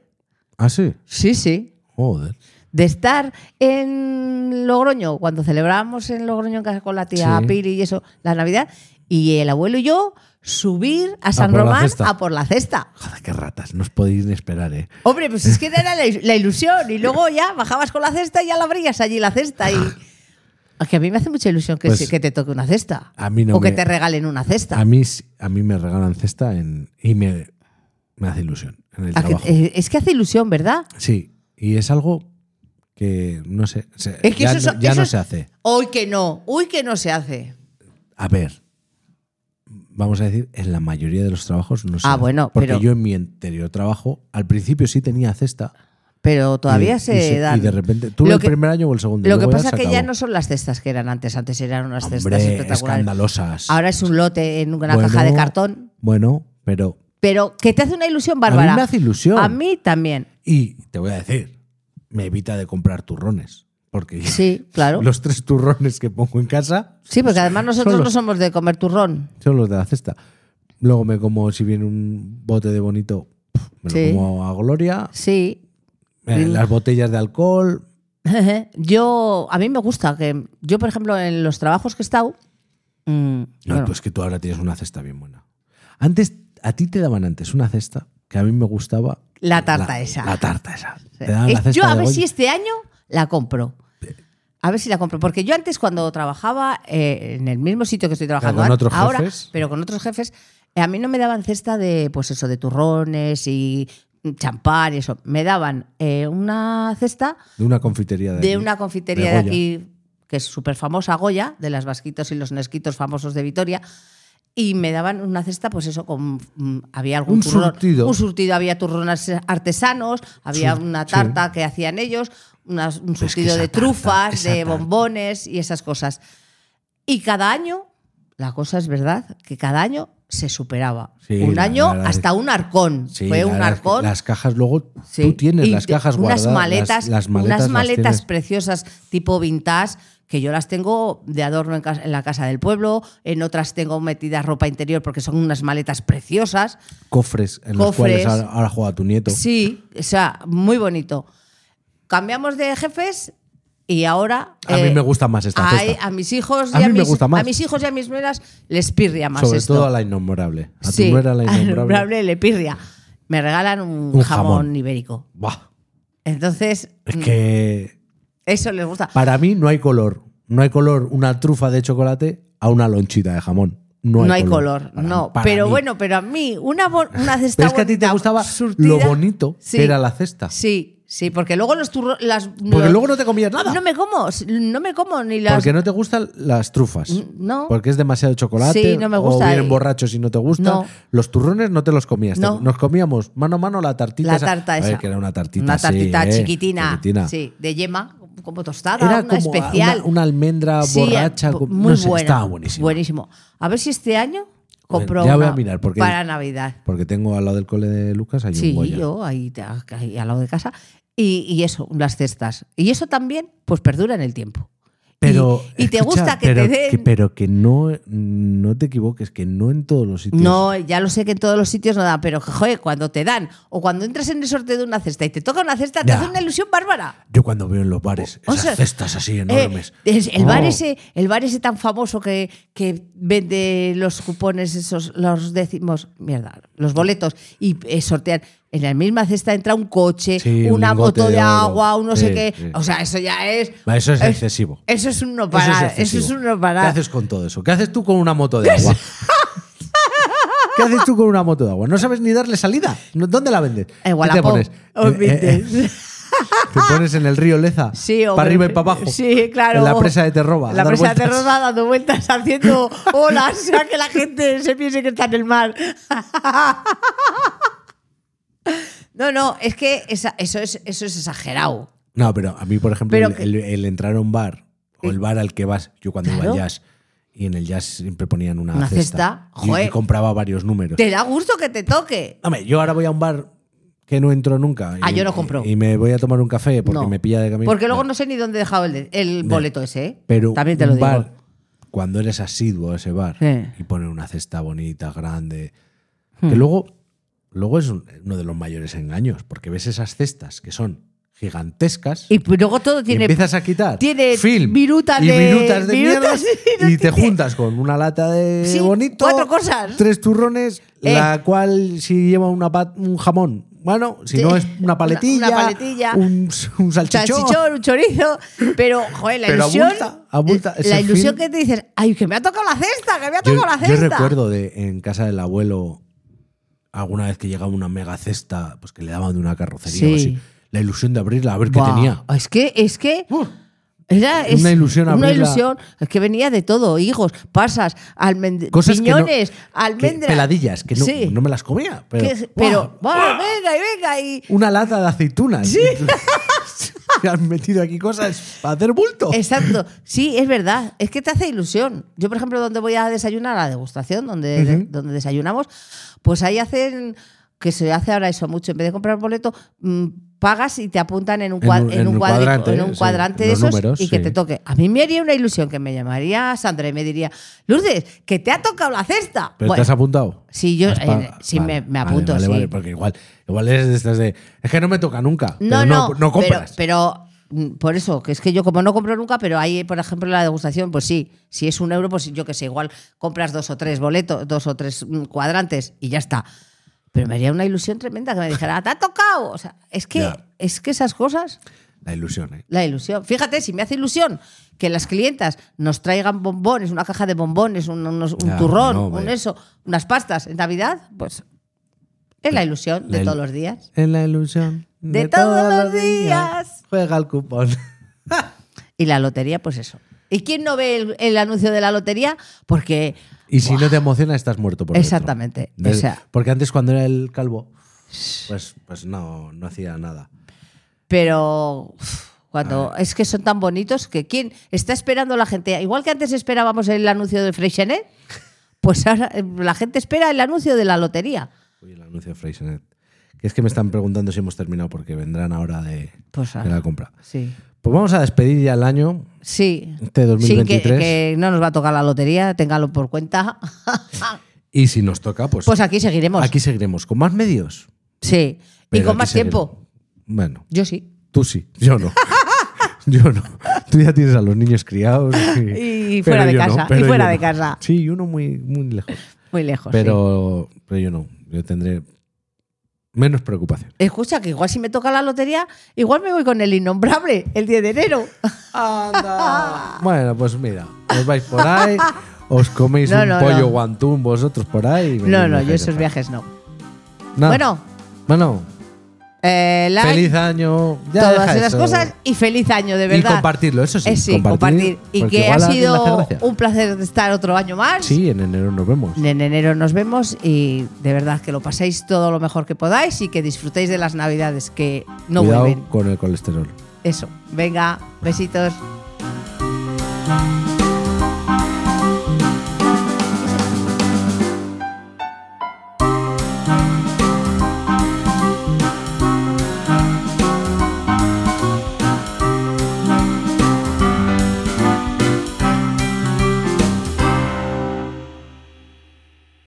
[SPEAKER 2] Ah, sí.
[SPEAKER 1] Sí, sí.
[SPEAKER 2] Joder.
[SPEAKER 1] De estar en Logroño, cuando celebrábamos en Logroño en casa con la tía
[SPEAKER 2] Sí.
[SPEAKER 1] Piri y eso, la Navidad, y el abuelo y yo subir a San
[SPEAKER 2] por la
[SPEAKER 1] Román
[SPEAKER 2] cesta.
[SPEAKER 1] a por la cesta.
[SPEAKER 2] Joder, qué ratas. No os podéis ni esperar, ¿eh?
[SPEAKER 1] Hombre, pues es que era la, la ilusión. Y luego ya bajabas con la cesta y ya la abrías allí la cesta. Y... Es que a mí me hace mucha ilusión que,
[SPEAKER 2] Ah. Pues,
[SPEAKER 1] se- que te toque una cesta.
[SPEAKER 2] a mí no
[SPEAKER 1] O que
[SPEAKER 2] me-
[SPEAKER 1] te regalen una
[SPEAKER 2] A
[SPEAKER 1] cesta.
[SPEAKER 2] mí, sí- a mí me regalan cesta en- y me, me hace ilusión en el
[SPEAKER 1] A que-
[SPEAKER 2] trabajo.
[SPEAKER 1] eh, es que hace ilusión, ¿verdad?
[SPEAKER 2] Sí, y es algo que no sé. se-
[SPEAKER 1] Es que
[SPEAKER 2] ya
[SPEAKER 1] eso-
[SPEAKER 2] no, ya
[SPEAKER 1] eso-
[SPEAKER 2] no se hace.
[SPEAKER 1] Hoy que no, hoy que no se hace.
[SPEAKER 2] A ver, vamos a decir, en la mayoría de los trabajos no se
[SPEAKER 1] Ah,
[SPEAKER 2] hace.
[SPEAKER 1] bueno,
[SPEAKER 2] Porque
[SPEAKER 1] pero-
[SPEAKER 2] yo en mi anterior trabajo, al principio sí tenía cesta.
[SPEAKER 1] Pero todavía
[SPEAKER 2] y-
[SPEAKER 1] se
[SPEAKER 2] y
[SPEAKER 1] dan.
[SPEAKER 2] Y de repente, tuve
[SPEAKER 1] Lo
[SPEAKER 2] el
[SPEAKER 1] que-
[SPEAKER 2] primer año o el segundo. y
[SPEAKER 1] Lo que
[SPEAKER 2] luego
[SPEAKER 1] pasa es
[SPEAKER 2] se
[SPEAKER 1] que ya
[SPEAKER 2] acabó.
[SPEAKER 1] no son las cestas que eran antes. Antes eran unas cestas
[SPEAKER 2] Hombre,
[SPEAKER 1] espectaculares.
[SPEAKER 2] escandalosas.
[SPEAKER 1] Ahora es un lote en una
[SPEAKER 2] Bueno,
[SPEAKER 1] caja de cartón.
[SPEAKER 2] Bueno, pero...
[SPEAKER 1] Pero que te hace una ilusión
[SPEAKER 2] A
[SPEAKER 1] bárbara.
[SPEAKER 2] mí me hace ilusión.
[SPEAKER 1] A mí también.
[SPEAKER 2] Y te voy a decir, me evita de comprar turrones. Porque
[SPEAKER 1] Sí, claro.
[SPEAKER 2] los tres turrones que pongo en casa
[SPEAKER 1] Sí, porque además nosotros
[SPEAKER 2] Solo.
[SPEAKER 1] no somos de comer turrón.
[SPEAKER 2] son los de la cesta. Luego me como, si viene un bote de bonito, pf, me lo
[SPEAKER 1] Sí.
[SPEAKER 2] como a gloria.
[SPEAKER 1] Sí.
[SPEAKER 2] Eh, las botellas de alcohol.
[SPEAKER 1] Yo, a mí me gusta que. Yo, por ejemplo, en los trabajos que he estado. mm,
[SPEAKER 2] No,
[SPEAKER 1] bueno,
[SPEAKER 2] pues que tú ahora tienes una cesta bien buena. Antes, a ti te daban antes una cesta que a mí me gustaba.
[SPEAKER 1] La tarta esa.
[SPEAKER 2] La tarta esa.
[SPEAKER 1] sí.
[SPEAKER 2] Te daban la
[SPEAKER 1] Es-
[SPEAKER 2] cesta
[SPEAKER 1] yo a
[SPEAKER 2] de
[SPEAKER 1] ver
[SPEAKER 2] Goya.
[SPEAKER 1] si este año la compro. A ver si la compro. Porque yo antes, cuando trabajaba eh, en el mismo sitio que estoy trabajando
[SPEAKER 2] con
[SPEAKER 1] ahora-
[SPEAKER 2] otros
[SPEAKER 1] ahora,
[SPEAKER 2] jefes.
[SPEAKER 1] pero con otros jefes, eh, a mí no me daban cesta de, pues eso, de turrones y champán y eso. Me daban eh, una cesta
[SPEAKER 2] De una confitería de,
[SPEAKER 1] de
[SPEAKER 2] aquí,
[SPEAKER 1] una confitería de,
[SPEAKER 2] Goya.
[SPEAKER 1] aquí que es súper famosa, Goya, de las vasquitos y los nesquitos famosos de Vitoria. Y me daban una cesta, pues eso, con mm, había algún
[SPEAKER 2] Un
[SPEAKER 1] turrón.
[SPEAKER 2] surtido.
[SPEAKER 1] Un surtido, había turrones artesanos, había
[SPEAKER 2] Sur-
[SPEAKER 1] una
[SPEAKER 2] sí. Pues
[SPEAKER 1] tarta que hacían ellos, unas- un
[SPEAKER 2] que
[SPEAKER 1] surtido
[SPEAKER 2] esa
[SPEAKER 1] de
[SPEAKER 2] tarta,
[SPEAKER 1] trufas,
[SPEAKER 2] esa
[SPEAKER 1] de
[SPEAKER 2] tarta.
[SPEAKER 1] bombones y esas cosas. Y cada año, la cosa es verdad, que cada año se superaba.
[SPEAKER 2] Sí,
[SPEAKER 1] un
[SPEAKER 2] la
[SPEAKER 1] año
[SPEAKER 2] verdad es-
[SPEAKER 1] hasta un arcón.
[SPEAKER 2] Sí,
[SPEAKER 1] Fue
[SPEAKER 2] la
[SPEAKER 1] un
[SPEAKER 2] verdad es que
[SPEAKER 1] arcón.
[SPEAKER 2] Las cajas luego,
[SPEAKER 1] Sí.
[SPEAKER 2] tú tienes
[SPEAKER 1] Y
[SPEAKER 2] las
[SPEAKER 1] te-
[SPEAKER 2] cajas guardadas.
[SPEAKER 1] unas
[SPEAKER 2] las-
[SPEAKER 1] maletas,
[SPEAKER 2] las maletas,
[SPEAKER 1] unas
[SPEAKER 2] las
[SPEAKER 1] maletas
[SPEAKER 2] tienes-
[SPEAKER 1] preciosas tipo vintage que yo las tengo de adorno en, casa- en la casa del pueblo, en otras tengo metida ropa interior porque son unas maletas preciosas.
[SPEAKER 2] cofres en los
[SPEAKER 1] Cofres.
[SPEAKER 2] cuales ahora, ahora juega tu nieto.
[SPEAKER 1] Sí, o sea, muy bonito. cambiamos de jefes y ahora
[SPEAKER 2] A
[SPEAKER 1] eh,
[SPEAKER 2] mí me gusta más esta
[SPEAKER 1] a,
[SPEAKER 2] cesta.
[SPEAKER 1] a mis hijos y
[SPEAKER 2] A
[SPEAKER 1] a,
[SPEAKER 2] mí me
[SPEAKER 1] mis,
[SPEAKER 2] gusta más.
[SPEAKER 1] a mis hijos y a mis nueras les pirria más
[SPEAKER 2] Sobre
[SPEAKER 1] esto.
[SPEAKER 2] todo a la innombrable. A
[SPEAKER 1] Sí,
[SPEAKER 2] tu nuera la
[SPEAKER 1] a la
[SPEAKER 2] innombrable.
[SPEAKER 1] innombrable le pirria. Me regalan un,
[SPEAKER 2] Un
[SPEAKER 1] jamón.
[SPEAKER 2] jamón.
[SPEAKER 1] ibérico.
[SPEAKER 2] Buah,
[SPEAKER 1] Entonces,
[SPEAKER 2] es que
[SPEAKER 1] Mm. eso les gusta.
[SPEAKER 2] para mí no hay color. No hay color una trufa de chocolate a una lonchita de jamón. No hay,
[SPEAKER 1] color,
[SPEAKER 2] Para-
[SPEAKER 1] no.
[SPEAKER 2] para
[SPEAKER 1] Pero
[SPEAKER 2] mí.
[SPEAKER 1] bueno, pero a mí una, bo- una cesta
[SPEAKER 2] Pero es que a ti te
[SPEAKER 1] bonita,
[SPEAKER 2] gustaba lo
[SPEAKER 1] surtida,
[SPEAKER 2] bonito
[SPEAKER 1] sí.
[SPEAKER 2] que era la cesta.
[SPEAKER 1] Sí, sí, porque luego los turro- las
[SPEAKER 2] Porque
[SPEAKER 1] los-
[SPEAKER 2] luego no te comías nada.
[SPEAKER 1] No me como, no me como ni las
[SPEAKER 2] Porque no te gustan las trufas.
[SPEAKER 1] no.
[SPEAKER 2] Porque es demasiado chocolate.
[SPEAKER 1] Sí, no me gusta
[SPEAKER 2] O vienen
[SPEAKER 1] y-
[SPEAKER 2] borrachos y no te gustan.
[SPEAKER 1] No.
[SPEAKER 2] Los turrones no te los comías. te-
[SPEAKER 1] No.
[SPEAKER 2] Nos comíamos mano a mano la tartita.
[SPEAKER 1] la
[SPEAKER 2] esa.
[SPEAKER 1] tarta
[SPEAKER 2] A ver,
[SPEAKER 1] esa.
[SPEAKER 2] que era una tartita
[SPEAKER 1] Una
[SPEAKER 2] así,
[SPEAKER 1] tartita
[SPEAKER 2] ¿eh?
[SPEAKER 1] chiquitina,
[SPEAKER 2] Chiquitina.
[SPEAKER 1] sí, de yema, como tostada,
[SPEAKER 2] Era
[SPEAKER 1] Ah, una
[SPEAKER 2] como a-
[SPEAKER 1] especial.
[SPEAKER 2] Una, una almendra
[SPEAKER 1] Sí, eh,
[SPEAKER 2] borracha.
[SPEAKER 1] bu-
[SPEAKER 2] con-
[SPEAKER 1] muy
[SPEAKER 2] no sé,
[SPEAKER 1] buena.
[SPEAKER 2] estaba buenísima.
[SPEAKER 1] Buenísimo. A ver si este año compro
[SPEAKER 2] ya voy a
[SPEAKER 1] una
[SPEAKER 2] mirar, porque-
[SPEAKER 1] para Navidad.
[SPEAKER 2] Porque tengo al lado del cole de Lucas hay un
[SPEAKER 1] Sí,
[SPEAKER 2] Goya.
[SPEAKER 1] yo ahí, te- ahí al lado de casa. Y, y eso, las cestas. Y eso también, pues perdura en el tiempo.
[SPEAKER 2] Pero,
[SPEAKER 1] y, y te
[SPEAKER 2] escucha,
[SPEAKER 1] gusta que
[SPEAKER 2] pero
[SPEAKER 1] te den.
[SPEAKER 2] que- pero que no, no te equivoques, que no en todos los sitios.
[SPEAKER 1] no, ya lo sé que en todos los sitios no dan, pero joder, cuando te dan o cuando entras en el sorteo de una cesta y te toca una cesta, te
[SPEAKER 2] Ya.
[SPEAKER 1] hace una ilusión bárbara.
[SPEAKER 2] Yo cuando veo en los bares
[SPEAKER 1] O
[SPEAKER 2] esas
[SPEAKER 1] sea,
[SPEAKER 2] cestas así
[SPEAKER 1] Eh,
[SPEAKER 2] enormes.
[SPEAKER 1] es el, bar
[SPEAKER 2] Oh.
[SPEAKER 1] ese, el bar ese tan famoso que, que vende los cupones, esos, los décimos, mierda, los boletos, y eh, sortean. En la misma cesta entra un coche,
[SPEAKER 2] Sí, un
[SPEAKER 1] una
[SPEAKER 2] lingote
[SPEAKER 1] moto de,
[SPEAKER 2] de oro.
[SPEAKER 1] agua, un no sé
[SPEAKER 2] Sí,
[SPEAKER 1] qué.
[SPEAKER 2] sí.
[SPEAKER 1] O sea, eso ya es.
[SPEAKER 2] Va, Eso es,
[SPEAKER 1] es-
[SPEAKER 2] excesivo.
[SPEAKER 1] Eso es un no
[SPEAKER 2] Eso
[SPEAKER 1] parar. Eso es,
[SPEAKER 2] excesivo.
[SPEAKER 1] un no parar.
[SPEAKER 2] ¿Qué haces con todo eso? ¿Qué haces tú con una moto de agua? ¿Qué haces tú con una moto de agua? No sabes ni darle salida. No- ¿Dónde la vendes?
[SPEAKER 1] En
[SPEAKER 2] ¿Qué te
[SPEAKER 1] Eh, Wallapop,
[SPEAKER 2] pones?
[SPEAKER 1] o
[SPEAKER 2] Eh, eh,
[SPEAKER 1] Vinted.
[SPEAKER 2] eh, te pones en el río Leza.
[SPEAKER 1] Sí, o-
[SPEAKER 2] para arriba y para abajo.
[SPEAKER 1] Sí, claro.
[SPEAKER 2] En la presa de Terroba. a
[SPEAKER 1] La
[SPEAKER 2] dar
[SPEAKER 1] presa de
[SPEAKER 2] vueltas.
[SPEAKER 1] Terroba dando vueltas, haciendo olas, o sea, que la gente se piense que está en el mar. No, no, es que esa- eso, es, eso es exagerado.
[SPEAKER 2] No, pero a mí, por ejemplo,
[SPEAKER 1] Pero
[SPEAKER 2] el,
[SPEAKER 1] que-
[SPEAKER 2] el- el entrar a un bar o el bar al que vas, yo cuando iba
[SPEAKER 1] Claro.
[SPEAKER 2] al jazz, y en el jazz siempre ponían una,
[SPEAKER 1] Una cesta,
[SPEAKER 2] Y-
[SPEAKER 1] joder.
[SPEAKER 2] y compraba varios números.
[SPEAKER 1] Te da gusto que te toque.
[SPEAKER 2] Hombre, yo ahora voy a un bar que no entro nunca.
[SPEAKER 1] Ah,
[SPEAKER 2] y-
[SPEAKER 1] yo no compro.
[SPEAKER 2] Y me voy a tomar un café porque
[SPEAKER 1] No.
[SPEAKER 2] me pilla de camino.
[SPEAKER 1] Porque luego no sé ni dónde he dejado el, de- el boleto ese, ¿eh?
[SPEAKER 2] Pero
[SPEAKER 1] También te lo
[SPEAKER 2] un
[SPEAKER 1] digo.
[SPEAKER 2] bar, cuando eres asiduo a ese bar
[SPEAKER 1] Sí. Hmm.
[SPEAKER 2] y ponen una cesta bonita, grande, que luego, luego es un- uno de los mayores engaños, porque ves esas cestas que son gigantescas
[SPEAKER 1] Y pues luego todo
[SPEAKER 2] y
[SPEAKER 1] tiene.
[SPEAKER 2] empiezas a quitar
[SPEAKER 1] tiene
[SPEAKER 2] film
[SPEAKER 1] virutas
[SPEAKER 2] y
[SPEAKER 1] de-
[SPEAKER 2] virutas de
[SPEAKER 1] virutas
[SPEAKER 2] mierdas
[SPEAKER 1] y
[SPEAKER 2] y te
[SPEAKER 1] tiene-
[SPEAKER 2] juntas con una lata de
[SPEAKER 1] Sí,
[SPEAKER 2] bonito
[SPEAKER 1] cuatro cosas.
[SPEAKER 2] tres turrones
[SPEAKER 1] Eh.
[SPEAKER 2] la cual si lleva una pat- un jamón bueno si
[SPEAKER 1] Sí,
[SPEAKER 2] no es
[SPEAKER 1] una- una
[SPEAKER 2] una paletilla,
[SPEAKER 1] paletilla,
[SPEAKER 2] un, un salchichón,
[SPEAKER 1] Salchichón, un chorizo, pero joder, la
[SPEAKER 2] Pero
[SPEAKER 1] ilusión.
[SPEAKER 2] abulta, abulta.
[SPEAKER 1] La
[SPEAKER 2] Ese
[SPEAKER 1] ilusión
[SPEAKER 2] film-
[SPEAKER 1] que te dices, ay, que me ha tocado la cesta, que me ha
[SPEAKER 2] yo,
[SPEAKER 1] tocado la
[SPEAKER 2] yo
[SPEAKER 1] cesta.
[SPEAKER 2] recuerdo de en casa del abuelo alguna vez que llegaba una mega cesta pues que le daban de una carrocería o
[SPEAKER 1] Sí.
[SPEAKER 2] así la ilusión de abrirla a ver qué
[SPEAKER 1] Buah,
[SPEAKER 2] tenía Uh.
[SPEAKER 1] Es que, es que. Era es
[SPEAKER 2] Una ilusión
[SPEAKER 1] una
[SPEAKER 2] abrirla.
[SPEAKER 1] ilusión. Es que venía de todo, higos, pasas, almend
[SPEAKER 2] cosas que no-
[SPEAKER 1] piñones, almendras.
[SPEAKER 2] que, peladillas que no,
[SPEAKER 1] Sí.
[SPEAKER 2] no me las comía pero,
[SPEAKER 1] Que- pero,
[SPEAKER 2] ¡guau!
[SPEAKER 1] ¡buah, venga y venga y...
[SPEAKER 2] una lata de aceitunas. Se han metido aquí cosas para hacer bulto.
[SPEAKER 1] Exacto, sí, es verdad, es que te hace ilusión. Yo, por ejemplo, donde voy a desayunar, a la degustación, donde, donde desayunamos, pues ahí hacen, que se hace ahora eso mucho, en vez de comprar boleto, mm, pagas y te apuntan en un,
[SPEAKER 2] En
[SPEAKER 1] cuad-
[SPEAKER 2] un-
[SPEAKER 1] en
[SPEAKER 2] en
[SPEAKER 1] un
[SPEAKER 2] un
[SPEAKER 1] cuadrico-
[SPEAKER 2] cuadrante,
[SPEAKER 1] en un
[SPEAKER 2] sí,
[SPEAKER 1] cuadrante de
[SPEAKER 2] los
[SPEAKER 1] esos
[SPEAKER 2] números,
[SPEAKER 1] y que
[SPEAKER 2] sí.
[SPEAKER 1] te toque. A mí me haría una ilusión que me llamaría Sandra y me diría, Lourdes, que te ha tocado la cesta.
[SPEAKER 2] ¿Pero
[SPEAKER 1] Bueno,
[SPEAKER 2] te has apuntado?
[SPEAKER 1] sí, yo
[SPEAKER 2] Has pa-
[SPEAKER 1] eh, sí
[SPEAKER 2] vale,
[SPEAKER 1] me, me
[SPEAKER 2] vale,
[SPEAKER 1] apunto,
[SPEAKER 2] vale,
[SPEAKER 1] sí.
[SPEAKER 2] vale, porque igual, igual es de estas de. Es que no me toca nunca. pero
[SPEAKER 1] No, no,
[SPEAKER 2] no, no compras.
[SPEAKER 1] Pero, pero, mm, por eso, que es que yo como no compro nunca, pero ahí, por ejemplo, la degustación, pues sí, si es un euro, pues yo qué sé, igual compras dos o tres boletos, dos o tres mm, cuadrantes y ya está. Pero me haría una ilusión tremenda que me dijera, "Ah, te ha tocado. O sea, es que,
[SPEAKER 2] Ya.
[SPEAKER 1] es que esas cosas,
[SPEAKER 2] La ilusión, ¿eh?
[SPEAKER 1] la ilusión. Fíjate, si me hace ilusión que las clientas nos traigan bombones, una caja de bombones, un, unos- un
[SPEAKER 2] Ya,
[SPEAKER 1] turrón,
[SPEAKER 2] no,
[SPEAKER 1] un
[SPEAKER 2] vaya.
[SPEAKER 1] eso, unas pastas en Navidad, pues es la ilusión
[SPEAKER 2] La
[SPEAKER 1] de
[SPEAKER 2] ilu-
[SPEAKER 1] todos los días.
[SPEAKER 2] En la ilusión.
[SPEAKER 1] De todos los días.
[SPEAKER 2] Juega el cupón.
[SPEAKER 1] Y la lotería, pues eso. ¿Y quién no ve el, el anuncio de la lotería? Porque.
[SPEAKER 2] Y si no te emociona, estás muerto por dentro.
[SPEAKER 1] Exactamente, o sea-
[SPEAKER 2] porque antes, cuando era el calvo, pues, pues no, no hacía nada.
[SPEAKER 1] Pero. uf,
[SPEAKER 2] Ah.
[SPEAKER 1] Cuando es que son tan bonitos que quién está esperando la gente. Igual que antes esperábamos el anuncio de Freixenet, pues ahora eh, la gente espera el anuncio de la lotería.
[SPEAKER 2] Oye, el anuncio de Freixenet. Que es que me están preguntando si hemos terminado porque vendrán ahora de,
[SPEAKER 1] Pues
[SPEAKER 2] de
[SPEAKER 1] ahora.
[SPEAKER 2] la compra.
[SPEAKER 1] Sí.
[SPEAKER 2] Pues vamos a despedir ya el año.
[SPEAKER 1] Sí.
[SPEAKER 2] Este 2023.
[SPEAKER 1] Sí, que, que no nos va a tocar la lotería, téngalo por cuenta.
[SPEAKER 2] Y si nos toca, pues,
[SPEAKER 1] Pues aquí seguiremos.
[SPEAKER 2] aquí seguiremos con más medios.
[SPEAKER 1] sí. Y
[SPEAKER 2] pero
[SPEAKER 1] con
[SPEAKER 2] aquí
[SPEAKER 1] más
[SPEAKER 2] seguiremos.
[SPEAKER 1] tiempo.
[SPEAKER 2] Bueno,
[SPEAKER 1] Yo sí.
[SPEAKER 2] Tú sí, yo no. yo no. Tú ya tienes a los niños criados. Y,
[SPEAKER 1] Y fuera
[SPEAKER 2] pero
[SPEAKER 1] de
[SPEAKER 2] yo
[SPEAKER 1] casa, y
[SPEAKER 2] pero yo
[SPEAKER 1] fuera de casa.
[SPEAKER 2] Sí, y uno muy, muy lejos.
[SPEAKER 1] Muy lejos. sí.
[SPEAKER 2] Pero, pero yo no. Yo tendré menos preocupación.
[SPEAKER 1] Escucha, que igual si me toca la lotería, igual me voy con el innombrable el 10 de enero. Ah.
[SPEAKER 2] Bueno, pues mira, os vais por ahí, os coméis
[SPEAKER 1] No,
[SPEAKER 2] un
[SPEAKER 1] no,
[SPEAKER 2] pollo
[SPEAKER 1] no.
[SPEAKER 2] guantún vosotros por ahí. y venís
[SPEAKER 1] No, no,
[SPEAKER 2] de
[SPEAKER 1] yo esos
[SPEAKER 2] fiesta.
[SPEAKER 1] viajes no.
[SPEAKER 2] Nada.
[SPEAKER 1] Bueno,
[SPEAKER 2] Bueno,
[SPEAKER 1] eh, la-
[SPEAKER 2] feliz año. Ya
[SPEAKER 1] todas
[SPEAKER 2] deja
[SPEAKER 1] esas
[SPEAKER 2] eso.
[SPEAKER 1] cosas y feliz año, de
[SPEAKER 2] Y
[SPEAKER 1] verdad.
[SPEAKER 2] compartirlo, eso sí.
[SPEAKER 1] Eh, sí, compartir. Y
[SPEAKER 2] porque
[SPEAKER 1] que ha
[SPEAKER 2] igual a alguien le hace
[SPEAKER 1] sido
[SPEAKER 2] gracia.
[SPEAKER 1] un placer estar otro año más.
[SPEAKER 2] Sí, en enero nos vemos.
[SPEAKER 1] En enero nos vemos y de verdad que lo paséis todo lo mejor que podáis y que disfrutéis de las navidades que no
[SPEAKER 2] Cuidado
[SPEAKER 1] vuelven.
[SPEAKER 2] con el colesterol.
[SPEAKER 1] Eso. Venga, besitos.